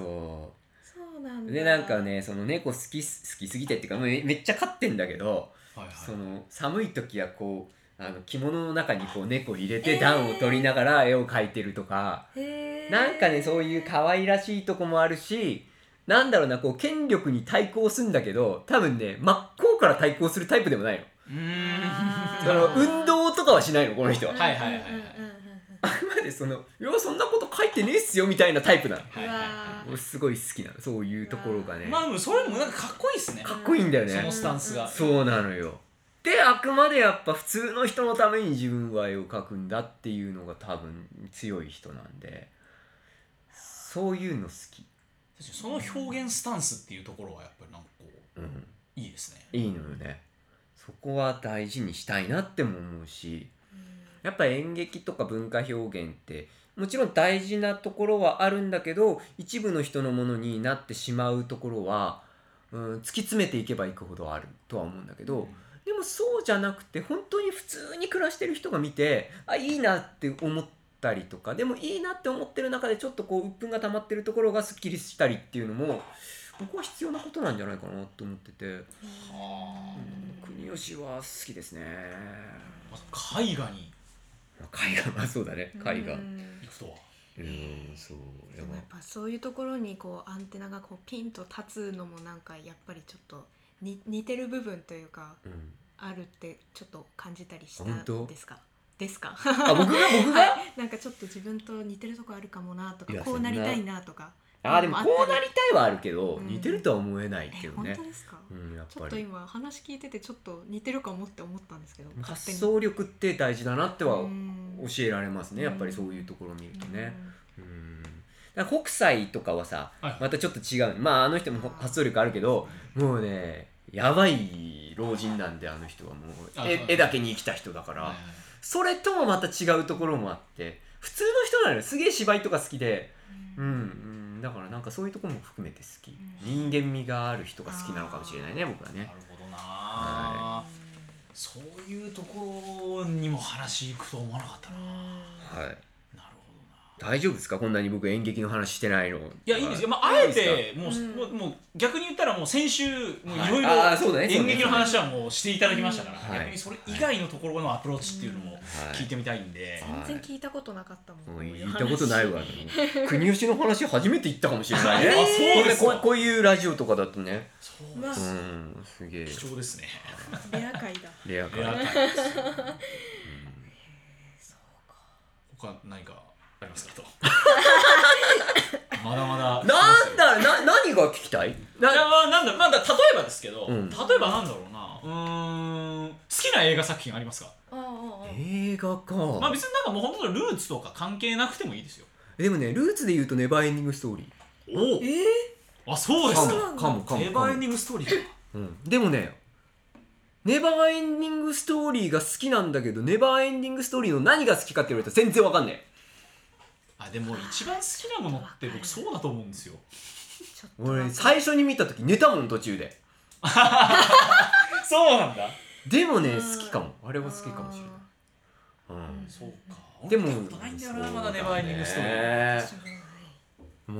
Speaker 1: そうなんだ
Speaker 3: でなんかねその猫好きす好きすぎてっていうかめめっちゃ飼ってんだけど
Speaker 2: はいはい
Speaker 3: その寒い時はこうあの着物の中にこう猫入れ
Speaker 1: え
Speaker 3: て
Speaker 1: ー
Speaker 3: 暖を取りながら絵を描いてるとか、
Speaker 1: へー
Speaker 3: なんかねそういう可愛らしいとこもあるしなんだろうなこう権力に対抗するんだけど多分ね真っ向から対抗するタイプでもないの
Speaker 2: うーん
Speaker 1: あー
Speaker 3: その運動とかはしないのこの人は
Speaker 1: うん
Speaker 2: はいはいはいはい
Speaker 1: うんうんうん
Speaker 3: あくまでその「いやそんなこと書いてねえっすよ」みたいなタイプなの
Speaker 2: はいはいは
Speaker 3: 俺すごい好きなのそういうところが
Speaker 2: い
Speaker 3: ね、
Speaker 2: まあでもそれもなんかかっこいいですね
Speaker 3: かっこいいんだよね
Speaker 2: そのスタンスが
Speaker 3: そうなのよであくまでやっぱ普通の人のために自分は絵を描くんだっていうのが多分強い人なんでそういうの好き、
Speaker 2: 確かにその表現スタンスっていうところはやっぱりなんかこう
Speaker 3: うん、
Speaker 2: いいですね
Speaker 3: いいのよねそこは大事にしたいなっても思うし
Speaker 1: うん
Speaker 3: やっぱ演劇とか文化表現ってもちろん大事なところはあるんだけど一部の人のものになってしまうところは、うん、突き詰めていけばいくほどあるとは思うんだけど、でもそうじゃなくて本当に普通に暮らしてる人が見てあいいなって思ったりとかでもいいなって思ってる中でちょっとこう鬱憤が溜まってるところがすっきりしたりっていうのも僕は必要なことなんじゃないかなと思ってて、うん
Speaker 2: は
Speaker 3: 国吉は好きですね
Speaker 2: あまさか絵画に
Speaker 3: 絵画まあそうだね絵画
Speaker 1: うん
Speaker 2: 行くとは
Speaker 3: うんそう
Speaker 1: でもやっぱそういうところにこうアンテナがこうピンと立つのもなんかやっぱりちょっとに似てる部分というか
Speaker 3: うん、
Speaker 1: あるってちょっと感じたりした
Speaker 3: 本当
Speaker 1: んですかですか
Speaker 3: あ僕が僕が、
Speaker 1: はい [laughs] なんかちょっと自分と似てるとこあるかもなとか
Speaker 3: いや
Speaker 1: こうなりたいなとか
Speaker 3: あーでもこうなりたいはあるけど、
Speaker 1: うん
Speaker 3: 似てるとは思えない
Speaker 1: え
Speaker 3: けど
Speaker 1: 本
Speaker 3: ね
Speaker 1: 当、ですか
Speaker 3: うん、やっ
Speaker 1: ちょ
Speaker 3: ぱ
Speaker 1: っと
Speaker 3: り
Speaker 1: 今話聞いててちょっと似てるかもって思ったんですけど勝手
Speaker 3: 発
Speaker 1: に
Speaker 3: 想力って大事だなっては
Speaker 1: うん
Speaker 3: 教えられますねやっぱりそういうところを見るとね。うんだから北斎とかはさ
Speaker 2: はい
Speaker 3: またちょっと違うまああの人も発想力あるけどもうねやばい老人なんであの人はもう
Speaker 2: あ
Speaker 3: 絵
Speaker 2: そう
Speaker 3: 絵だけに生きた人だから、
Speaker 2: はい
Speaker 3: それともまた違うところもあって普通の人なのよすげえ芝居とか好きで
Speaker 1: う
Speaker 3: うんん、うん、だからなんかそういうところも含めて好き
Speaker 1: ん
Speaker 3: 人間味がある人が好きなのかもしれないね僕は
Speaker 2: な
Speaker 3: ね
Speaker 2: るほどな、
Speaker 1: うん
Speaker 2: そういうところにも話行くと思わなかったな、
Speaker 3: はい
Speaker 2: なるほどな
Speaker 3: 大丈夫ですかこんなに僕演劇の話してないの
Speaker 2: いやいいんですよ、まあ、あえ
Speaker 3: い
Speaker 2: てもう,、
Speaker 1: うん
Speaker 2: もうもう逆に言ったらもう先週もう
Speaker 3: はい
Speaker 2: いろい
Speaker 3: あーそうだ
Speaker 2: ろ
Speaker 3: ねそう
Speaker 2: 演
Speaker 3: だね
Speaker 2: 劇の話はもうしていただきましたから、
Speaker 3: はい
Speaker 2: 逆にそれ以外のところのアプローチっていうのも聞いてみたいんで、
Speaker 3: はい
Speaker 1: 全然聞いたことなかったもん、
Speaker 3: もう
Speaker 1: こうい
Speaker 3: 言
Speaker 1: う
Speaker 3: っ
Speaker 1: 話
Speaker 3: たことないわ。 [laughs] でも国吉の話初めて言ったかもしれないね。
Speaker 2: あそうですか
Speaker 3: これこうこういうラジオとかだとね。
Speaker 2: そう
Speaker 1: ま
Speaker 2: で
Speaker 1: あ
Speaker 3: う
Speaker 2: すね
Speaker 3: ん、すげえ。
Speaker 2: 貴重 [laughs] ですね
Speaker 1: レア会だ。
Speaker 3: レアか
Speaker 2: レア
Speaker 3: ら。
Speaker 2: 回
Speaker 1: そうか。
Speaker 2: 他何かありますかとまだまだ
Speaker 3: なんだな何が聞きたい？
Speaker 2: いや
Speaker 3: な
Speaker 2: まあなんだまだ例えばですけど、
Speaker 3: うん
Speaker 2: 例えばなんだろうなうーん好きな映画作品ありますか
Speaker 1: ああああ
Speaker 3: 映画か。
Speaker 2: まあ別になんかもう本当にルーツとか関係なくてもいいですよ
Speaker 3: でもね、ルーツで言うとネバーエンディングストーリ
Speaker 2: お
Speaker 1: え
Speaker 2: おあそうです
Speaker 3: ー。
Speaker 1: そう
Speaker 2: か
Speaker 1: なんだ
Speaker 3: かもかもかも
Speaker 2: ネバーエンディングストーリーか
Speaker 3: うん。でもね、ネバーエンディングストーリーが好きなんだけど、ネバーエンディングストーリーの何が好きかって言われたら全然わかんない。
Speaker 2: あでも一番好きなものって僕そうだと思うんですよ
Speaker 1: ちょっとなん
Speaker 3: 俺
Speaker 1: か
Speaker 3: 最初に見た時寝たもん途中で。
Speaker 2: [laughs] そうなんだ
Speaker 3: でもね、
Speaker 1: うん
Speaker 3: 好きかも。あれは好きかもしれない。うん。
Speaker 2: そうか
Speaker 3: でも
Speaker 2: 俺見たことないんだよなまだネバーエンディングストーリー
Speaker 1: ああ
Speaker 3: ね
Speaker 1: そうな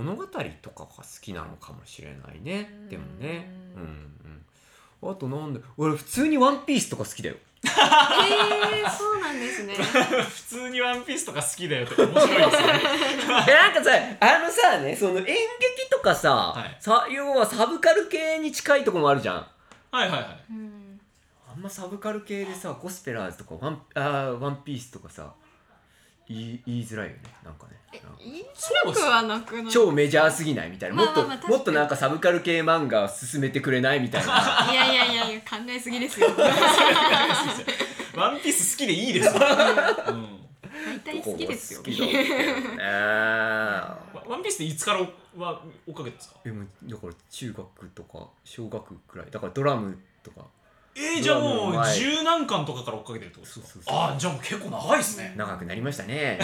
Speaker 1: んだ
Speaker 3: 物語とかが好きなのかもしれないね
Speaker 1: うん
Speaker 3: でもねうんうんあとなんで俺普通に「ワンピースとか好きだよ
Speaker 1: へえそうなんですね。
Speaker 2: [laughs] 普通にワンピースとか好きだよって面白いですよね
Speaker 3: [laughs] なんかさあのさねその演劇とかさ,、
Speaker 2: はい
Speaker 3: さ要はサブカル系に近いところもあるじゃん
Speaker 2: [laughs] はいはいはい
Speaker 1: うん。
Speaker 3: あんまサブカル系でさゴスペラーズとかワンあーワンピースとかさ言い言いづらいよねなんかねなんか
Speaker 1: 言い
Speaker 2: そう
Speaker 1: た
Speaker 2: で
Speaker 1: く
Speaker 2: す
Speaker 1: はなくない。
Speaker 3: 超メジャーすぎないみたいなもっ
Speaker 1: ま
Speaker 3: と、
Speaker 1: あまあまあ確かに
Speaker 3: もっとなんかサブカル系漫画進めてくれないみたいな
Speaker 1: いやいやいやいや考えすぎですよ。
Speaker 2: [laughs] ワンピース好きでいい
Speaker 3: [laughs]
Speaker 2: ですよ、うん
Speaker 1: 大体好きですよ。
Speaker 3: 好き
Speaker 1: [laughs]
Speaker 3: だったよね
Speaker 2: ワワンピースっていつからは追っかけてたんですか
Speaker 3: えもうだから中学とか小学くらいだからドラムとか
Speaker 2: えー、じゃあもう
Speaker 3: うわもう前
Speaker 2: 十何巻とかから追っかけてるってことです
Speaker 3: そう
Speaker 2: か
Speaker 3: そうそう
Speaker 2: ああじゃあもう結構長いですね
Speaker 3: 長くなりましたね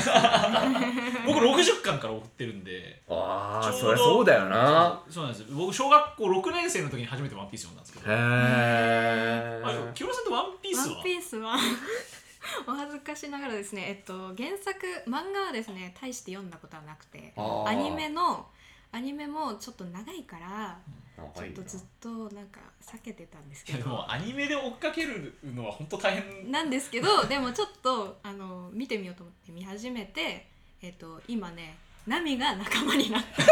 Speaker 2: 僕60巻から追ってるんで
Speaker 3: ああ
Speaker 2: ち
Speaker 3: そ
Speaker 2: ょう
Speaker 3: りゃ
Speaker 2: ど
Speaker 3: そうだよな
Speaker 2: そうそうなんです僕小学校6年生の時に初めてワンピース読んだんですけ
Speaker 3: へ
Speaker 2: ど
Speaker 3: え
Speaker 2: あれ木村さんってワンピー
Speaker 1: ワ
Speaker 2: ス
Speaker 1: ン
Speaker 2: は
Speaker 1: ピースはお恥ずかしながらですね、えっと原作漫画はですね、大して読んだことはなくて、
Speaker 3: あー
Speaker 1: アニメのアニメもちょっと長いから、ちょっとずっとなんか避けてたんです
Speaker 2: い
Speaker 1: け
Speaker 2: やで
Speaker 1: ど。
Speaker 2: もアニメで追っかけるのは本当大変
Speaker 1: なんですけど [laughs] でもちょっとあの見てみようと思って見始めて、えっと今ねナミが仲間になった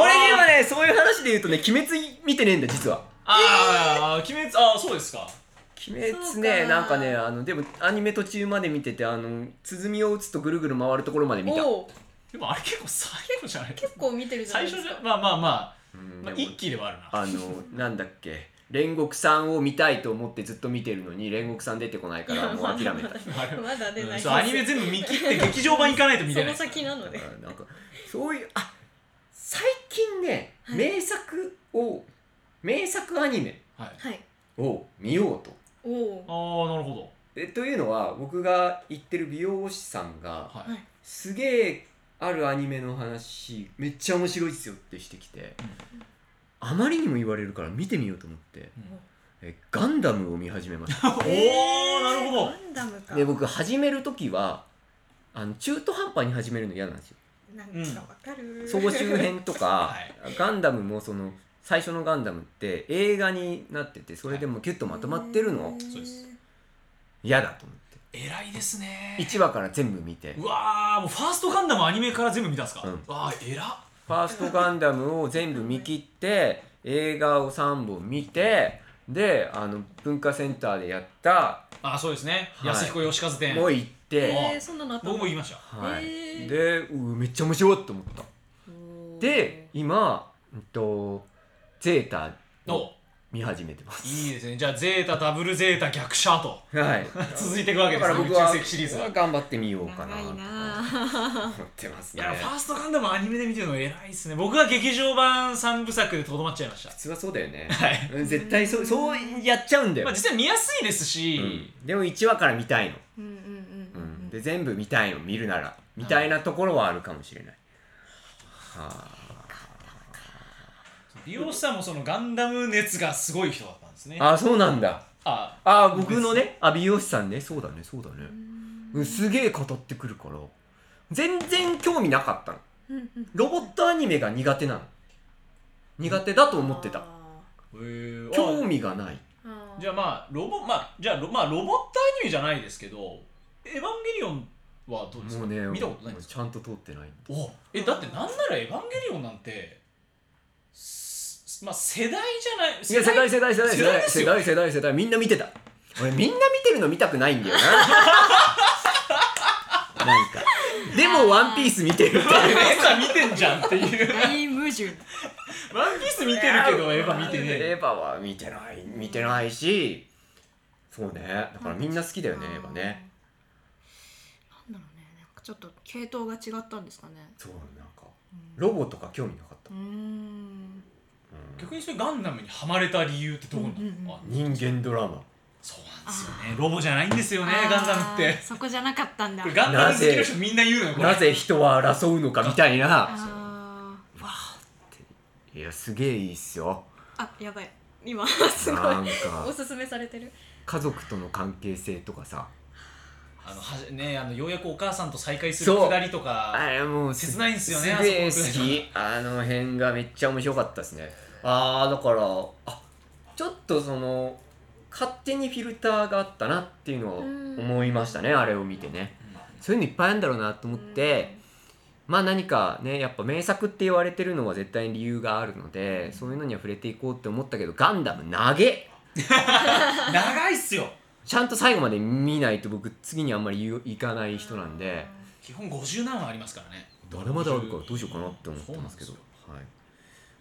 Speaker 3: 俺今ねそういう話で言うとね「鬼滅」見てねえんだ実は
Speaker 2: ああ鬼滅ああそうですか
Speaker 3: 鬼滅
Speaker 1: そ
Speaker 3: ね
Speaker 1: うか
Speaker 3: なんかねあのでもアニメ途中まで見ててあの鼓を打つとぐるぐる回るところまで見た
Speaker 1: お
Speaker 2: でもあれ結構最後じゃない
Speaker 1: 結構見てるじゃない
Speaker 2: 最
Speaker 1: です
Speaker 2: 初
Speaker 1: か
Speaker 2: じゃまあまあま
Speaker 3: うん
Speaker 2: あ、まあ、
Speaker 3: でも
Speaker 2: 一期ではあるな
Speaker 3: あのなんだっけ煉獄さんを見たいと思ってずっと見てるのに煉獄さん出てこないからもう諦めた
Speaker 2: あれ
Speaker 1: まだ出ない
Speaker 2: うん
Speaker 1: です
Speaker 2: そうアニメ全部見切って劇場版行かないと見れない
Speaker 1: その先なの
Speaker 3: だ
Speaker 1: で
Speaker 3: からなんかそういうあ最近ね、
Speaker 1: はい
Speaker 3: 名作を名作アニメ
Speaker 2: はい
Speaker 1: はい
Speaker 3: を見ようと
Speaker 1: おお
Speaker 2: ああなるほ
Speaker 3: えというのは僕が行ってる美容師さん
Speaker 2: ど
Speaker 3: が
Speaker 2: はい、
Speaker 1: はい
Speaker 3: すげえあるアニメの話めっちゃ面白いっすよってしてきてあまりにも言われるから見てみようと思ってえガンダムを見始めまし
Speaker 1: [laughs]
Speaker 3: た
Speaker 2: おおなるほど
Speaker 1: ガンダムか
Speaker 3: で僕始める時はあの中途半端に始めるの嫌なんですよ
Speaker 1: なんかわかる
Speaker 3: 総集編とか、
Speaker 2: は
Speaker 3: ガンダムもその最初のガンダムって映画になっててそれでもうキュッとまとまって
Speaker 1: [laughs]
Speaker 3: るの
Speaker 2: そうです
Speaker 3: 嫌だと思って
Speaker 2: 偉いですね
Speaker 3: 1話から全部見て
Speaker 2: うわーもうファーストガンダムアニメから全部見たんですか、
Speaker 3: うん
Speaker 2: わあ偉っ
Speaker 3: ファーストガンダムを全部見切って映画を3本見てであの文化センターでやった
Speaker 2: あーそうですね、
Speaker 3: はい
Speaker 2: 安彦義和店
Speaker 3: もう行っ
Speaker 1: え
Speaker 3: て、
Speaker 1: ー、そんなのあったの
Speaker 2: 僕も行きました
Speaker 3: は
Speaker 1: へ
Speaker 3: い、
Speaker 1: ー
Speaker 3: でうわめっちゃ面白いと思った
Speaker 1: おー
Speaker 3: で今、うんと、ゼータを
Speaker 2: お
Speaker 3: 見始めてます
Speaker 2: いいですねじゃあゼータダブルゼータ逆シャーと
Speaker 3: [laughs] はい
Speaker 2: 続いていくわけ
Speaker 3: だ
Speaker 2: で
Speaker 3: か
Speaker 2: す
Speaker 3: ら
Speaker 2: ね
Speaker 3: 僕は
Speaker 2: 宇宙世紀シリーズがい
Speaker 3: 頑張ってみようかな
Speaker 1: 長いな
Speaker 3: と
Speaker 1: あ
Speaker 3: 思ってますね
Speaker 2: や、ファーストガンダムアニメで見てるの偉いですね僕は劇場版3部作でとどまっちゃいました
Speaker 3: 普通はそうだよね
Speaker 2: はい、
Speaker 3: うん絶対そうそうやっちゃうんだよ、
Speaker 2: まあ、実際見やすいです
Speaker 3: う
Speaker 2: し、
Speaker 3: んでも1話から見たいの、
Speaker 1: うんうんう
Speaker 3: うん
Speaker 1: うんう
Speaker 3: ん、
Speaker 1: ん
Speaker 3: で全部見たいの見るならみたいなところはあるかもしれない、は
Speaker 2: 美容師さんもそのガンダム熱がすごい人だったんですね
Speaker 3: ああそうなんだ
Speaker 2: あ
Speaker 3: あー僕のねあ美容師さんねそうだねそうだねうんすげえ語ってくるから全然興味なかったの
Speaker 1: うんうん
Speaker 3: ロボットアニメが苦手なの苦手だと思ってた
Speaker 1: あ
Speaker 2: へー
Speaker 3: 興味がない
Speaker 1: ーあー
Speaker 2: じゃあまあロボまあじゃあロまあロボットアニメじゃないですけどエヴァンゲリオンはどうです
Speaker 3: も
Speaker 2: か
Speaker 3: うね
Speaker 2: 見たことないんですか
Speaker 3: ちゃんと通ってない
Speaker 2: おえだってなんならエヴァンゲリオンなんてすまあ世代じゃない
Speaker 3: いや世代世代世代世
Speaker 2: 世代
Speaker 3: 代
Speaker 2: です
Speaker 3: 世
Speaker 2: よ
Speaker 3: 代世代世代みんな見てた俺みんな見てるの見たくないんだよな [laughs] なんかでも「ワンピース見てるって
Speaker 2: [laughs] まあエヴァ見てんじゃんっていう
Speaker 3: [laughs]
Speaker 1: 大矛盾
Speaker 2: ワンピース見てるけどエヴァ見てね
Speaker 3: エ
Speaker 2: え
Speaker 3: ヴァは見てない見てないしそうねだからみんな好きだよねエヴァね
Speaker 1: うんなんだろうねなんかちょっと系統が違ったんですかね
Speaker 3: そうなんかロボとか興味なかった
Speaker 1: う、ーん
Speaker 3: うん
Speaker 2: 逆にそれガンダムにはまれた理由ってどこにある
Speaker 1: うんうんうん
Speaker 2: あ
Speaker 3: 人間ドラマ
Speaker 2: そうなんですよねロボじゃないんですよね
Speaker 1: あー
Speaker 2: ガンダムって
Speaker 1: そこじゃなかったんだ
Speaker 2: これガンダム好きの人みんな言うのよこれ
Speaker 3: なぜ人は争うのかみたいな
Speaker 1: あ
Speaker 3: いやすげえいいっすよ
Speaker 1: ーあやばい
Speaker 3: [laughs]
Speaker 1: 今すごい
Speaker 3: なん
Speaker 1: お
Speaker 3: か
Speaker 1: すすめされてる
Speaker 3: 家族との関係性とかさ
Speaker 2: あのはじねあのようやくお母さんと再会する
Speaker 3: そう
Speaker 2: くだりとか
Speaker 3: あれもう
Speaker 2: 切ないんすよね
Speaker 3: すげえ
Speaker 2: あそこの
Speaker 3: 好きあの辺がめっちゃ面白かったですねああだからあちょっとその勝手にフィルターがあったなっていうのを思いましたねあれを見てねそういうのいっぱいあるんだろうなと思ってまあ何かねやっぱ名作って言われてるのは絶対に理由があるのでそういうのには触れていこうって思ったけどガンダム投げ
Speaker 2: うん長いっすよ
Speaker 3: ちゃんと最後まで見ないと僕次にあんまり言ういかない人なんで
Speaker 2: 基本50何話ありますからね
Speaker 3: まだまだあるからどうしようかなって思ってますけど
Speaker 2: そうなんで
Speaker 3: はい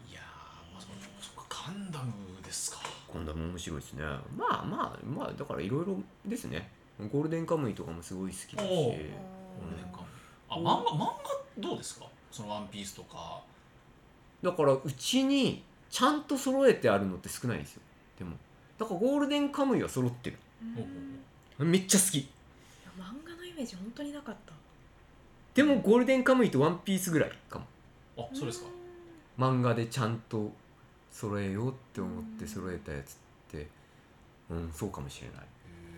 Speaker 2: すよいやー、まあ、そそっかガンダムですか
Speaker 3: ガンダム面白いですねまあまあまあだからいろいろですねゴールデンカムイとかもすごい好きだし
Speaker 2: おう
Speaker 1: う
Speaker 2: 俺なんかあ
Speaker 3: う
Speaker 2: 漫
Speaker 3: ん
Speaker 2: 画漫画どうですかその「ワンピースとか
Speaker 3: だからうちにちゃんと揃えてあるのって少ないんですよでもだからゴールデンカムイは揃ってる
Speaker 1: ん
Speaker 2: おうおう
Speaker 3: めっちゃ好き
Speaker 1: いや漫画のイメージ本当になかった
Speaker 3: でもゴールデンカムイとワンピースぐらいかも
Speaker 2: あそうですか
Speaker 3: 漫画でちゃんと揃えようって思って揃えたやつってうんそうかもしれない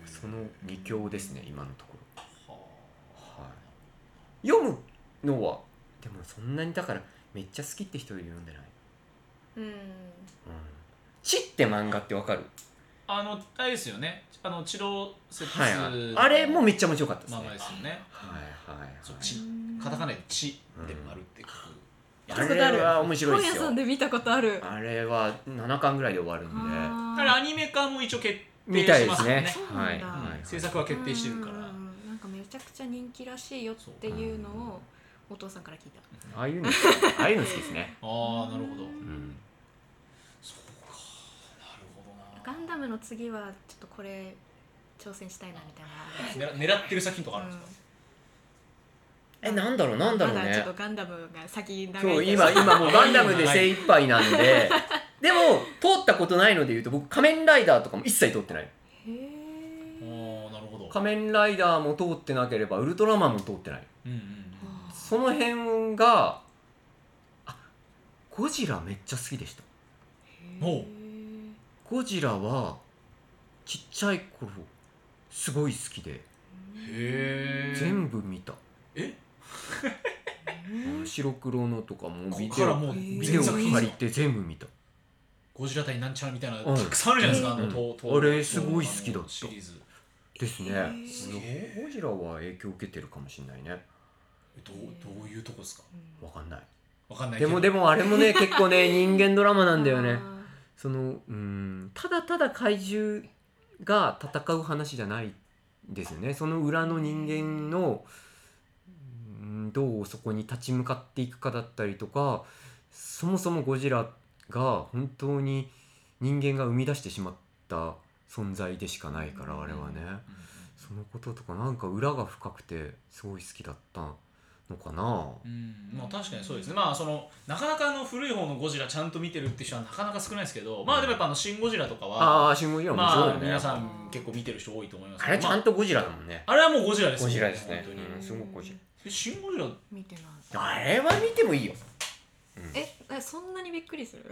Speaker 3: その2強ですね今のところはい、読むのはでもそんなにだからめっちゃ好きって人より読んでない、
Speaker 1: うんうん
Speaker 3: うん、知って漫画ってわかる、
Speaker 2: あのあれですよねあのチロセプス、
Speaker 3: はいはい、あれもめっちゃ面白かったですね、
Speaker 2: 漫画ですよね
Speaker 3: はいはいはい
Speaker 2: そうちカタカナで「ち」で丸って書く、
Speaker 1: 聞い
Speaker 3: あ
Speaker 1: たことある
Speaker 3: れは面白い
Speaker 1: 本
Speaker 3: で
Speaker 1: 屋
Speaker 3: す
Speaker 1: さ
Speaker 3: よ
Speaker 1: んで見たことある
Speaker 3: あれは7巻ぐらいで終わるんで
Speaker 1: あー
Speaker 2: あれアニメ化も一応決定
Speaker 3: みたい
Speaker 2: し
Speaker 3: で
Speaker 2: ますす
Speaker 3: ね
Speaker 2: ね
Speaker 1: そうなんだ
Speaker 3: はい、
Speaker 1: うん
Speaker 3: はい、
Speaker 2: 制作は決定してるから
Speaker 1: うんうんうんなんかめちゃくちゃ人気らしいよっていうのをお父さんから聞いた
Speaker 3: ああいうの好きああいうの好きですね、
Speaker 2: ああなるほど
Speaker 3: うん、
Speaker 2: そうかなる
Speaker 1: ガン
Speaker 2: ほ
Speaker 1: ダムの次はちょっとこれ挑戦したいなみたいな
Speaker 2: どな狙狙ってる作品とかあるんですか、
Speaker 3: えなんだろうなんだろう
Speaker 1: まだちょっ
Speaker 3: ね
Speaker 1: とガンダムが先長い
Speaker 3: そう
Speaker 1: けど
Speaker 3: 今
Speaker 1: [laughs]
Speaker 3: 今もうガンダムで精一杯なんででも通ったことないので言うと僕仮面ライダーとかも一切通ってない
Speaker 1: へ
Speaker 2: そう
Speaker 3: 仮面ライダーも通ってなければウルトラマンも通ってない
Speaker 2: うんうん
Speaker 3: その辺があゴジラめっちゃ好きでした
Speaker 2: おう
Speaker 3: ゴジラはちっちゃい頃すごい好きで
Speaker 2: うんへえ
Speaker 3: 全部見た
Speaker 2: え
Speaker 3: 白黒のとかも
Speaker 2: こ
Speaker 3: ビ
Speaker 2: こ
Speaker 3: デ
Speaker 2: から
Speaker 3: オ
Speaker 2: もう
Speaker 3: ビ
Speaker 2: ビ
Speaker 3: デ
Speaker 2: デ
Speaker 3: オ
Speaker 2: オ
Speaker 3: 借りて全部見た
Speaker 2: ゴジラ対なんちゃらみたいな
Speaker 3: うん
Speaker 2: たくさんあるじゃないですか、あの
Speaker 3: うん
Speaker 2: とと
Speaker 3: あれすごい好きだった
Speaker 2: あのシリーズ
Speaker 3: ですね
Speaker 1: へー
Speaker 3: す
Speaker 2: すげえ
Speaker 3: ゴジラは影響受けてるかもしれないね
Speaker 2: どうどういうとこですか
Speaker 3: わかんない
Speaker 2: わかんないけ
Speaker 3: で
Speaker 2: ど
Speaker 3: もでもあれもね結構ね人間ドラマなんだよね
Speaker 1: あ
Speaker 3: そのうんただただ怪獣が戦う話じゃないですよねその裏の人間のうんどうそこに立ち向かっていくかだったりとかそもそもゴジラが本当に人間が生み出してしまった存在でしかないからあれはね
Speaker 2: うん
Speaker 3: そのこととかなんか裏が深くてすごい好きだったのかな
Speaker 2: うんまあ確かにそうですね、まあ、そのなかなかあの古い方のゴジラちゃんと見てるって人はなかなか少ないですけど、まあでもやっぱあの「シン・ゴジラ」とかは、
Speaker 3: ああーシン・ゴジラ面白い
Speaker 2: ま
Speaker 3: よ
Speaker 2: あ、
Speaker 3: ね、
Speaker 2: 皆さん結構見てる人多いと思います
Speaker 3: あれちゃん
Speaker 2: ま
Speaker 3: とゴジラだもんね
Speaker 2: あ、あれはもうゴジラですよ
Speaker 3: ゴジラですね
Speaker 2: 本当に
Speaker 3: うんすごくゴジラ
Speaker 2: えシン・ゴジラ [laughs]
Speaker 1: 見てない
Speaker 3: あれは見てもいいよ
Speaker 1: ええそんなにびっくりする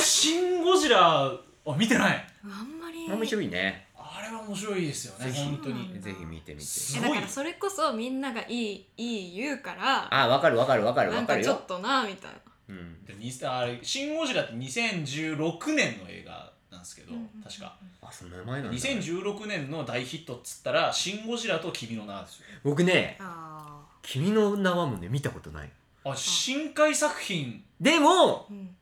Speaker 2: シン・ゴジラあ見てない
Speaker 1: あんまり
Speaker 3: 面白いね
Speaker 2: あれは面白いですよね
Speaker 3: ぜひ
Speaker 2: 本当
Speaker 1: う
Speaker 2: に
Speaker 1: ん
Speaker 3: ぜひ見てみて
Speaker 2: す
Speaker 1: えだ
Speaker 2: ごい
Speaker 1: からそれこそみんながいいいい言うから
Speaker 3: あわかるわかるわかる
Speaker 1: な
Speaker 3: わ
Speaker 1: ん
Speaker 3: か
Speaker 1: か
Speaker 3: る
Speaker 1: ちょっ
Speaker 3: よ、
Speaker 1: となみたいな
Speaker 3: うん、
Speaker 2: でにあれシン・ゴジラって2016年の映画なんですけど、確か
Speaker 3: あその名前なんだ
Speaker 2: 2016年の大ヒットっつったら「シン・ゴジラと君の名」ですよ
Speaker 3: 僕ね
Speaker 1: あ
Speaker 3: 「君の名は」もね見たことない
Speaker 2: あ深海作品
Speaker 3: でも
Speaker 1: あうん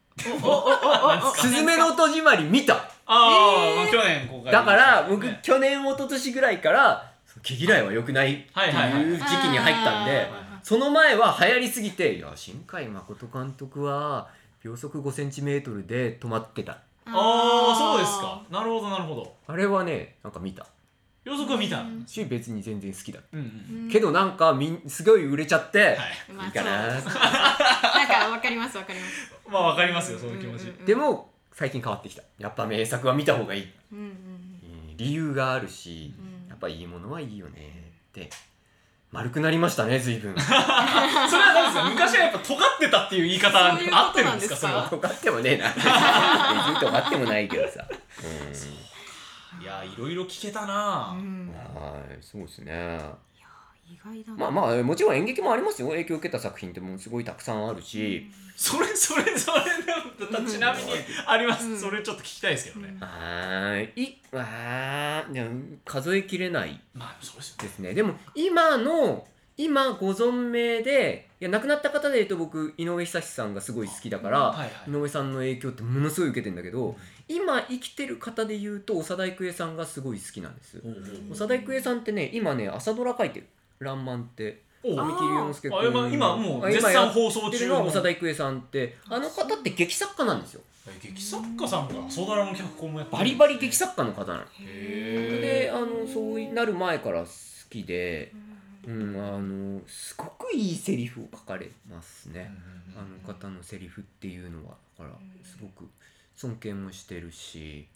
Speaker 3: 「すずめの戸締まり」見た
Speaker 2: あー、まあ去年公開
Speaker 3: だから僕
Speaker 2: ね
Speaker 3: 去年一昨年ぐらいから「毛嫌いは良くない」って
Speaker 2: はいはいはい
Speaker 3: いう時期に入ったんで、
Speaker 1: あ
Speaker 3: その前は流行りすぎて「いや新海誠監督は秒速5センチメートルで止まってた」
Speaker 1: ー
Speaker 2: ああそうですかなるほどなるほど
Speaker 3: あれはねなんか見た
Speaker 2: 予測は見た
Speaker 1: うんん
Speaker 2: です
Speaker 3: し別に全然好きだ、
Speaker 2: うんう
Speaker 1: うんん
Speaker 3: けどなんかみんすごい売れちゃって、
Speaker 2: はい
Speaker 1: まあ
Speaker 3: いいかな
Speaker 1: そうそうなんかわかりますわかります
Speaker 2: まあわかりますよその気持ち
Speaker 1: うんうんうん
Speaker 3: でも最近変わってきたやっぱ名作は見た方がいい
Speaker 1: うんうん
Speaker 3: うん理由があるし
Speaker 1: うん
Speaker 3: やっぱいいものはいいよねって丸くなりましたね
Speaker 1: [laughs]
Speaker 3: 随分
Speaker 2: それは何ですか昔はやっぱ尖ってたっていう言い方
Speaker 1: そういうこと
Speaker 2: 合ってるんですかそれ
Speaker 1: なん
Speaker 2: は
Speaker 1: で
Speaker 3: 尖ってもねえな別に尖ってもないけどさ、
Speaker 2: いやいろいろ聞けたな
Speaker 1: う
Speaker 2: ぁ
Speaker 3: うんん、はいそうです
Speaker 1: い
Speaker 3: ね
Speaker 1: や意外だな
Speaker 3: まあまあもちろん演劇もありますよ影響を受けた作品ってもうすごいたくさんあるし、
Speaker 2: それそれそれでもちなみにあります、
Speaker 1: うん
Speaker 2: それちょっと聞きたいですけどね、
Speaker 1: うん
Speaker 3: はーいいわーでも数えきれない
Speaker 2: まあそうですよ
Speaker 3: ですねでも今の今ご存命でいや亡くなった方でいうと僕井上久志さんがすごい好きだから、
Speaker 2: はいはい
Speaker 3: 井上さんの影響ってものすごい受けてんだけど今生きてる方で言うと長田郁恵さんがすごい好きなんです
Speaker 2: おう
Speaker 1: うん
Speaker 3: 長田郁恵さんってね今ね朝ドラ書いてる「らんまん」って
Speaker 2: おう
Speaker 3: 神木隆之介
Speaker 2: あ今今もう
Speaker 3: あ
Speaker 2: 絶
Speaker 3: 今や
Speaker 2: 賛
Speaker 3: って
Speaker 2: 放送
Speaker 3: る
Speaker 2: 中
Speaker 3: の
Speaker 2: の
Speaker 3: は長田郁恵さんってあの方って劇作家なんですよ
Speaker 2: 劇作家さんがソダラの脚本もやって
Speaker 3: バリバリ劇作家の方なの
Speaker 2: へ
Speaker 3: であのそうなる前から好きで、うん、あのすごくいいセリフを書かれますね、あの方のセリフっていうのはだからすごく尊敬もしてるし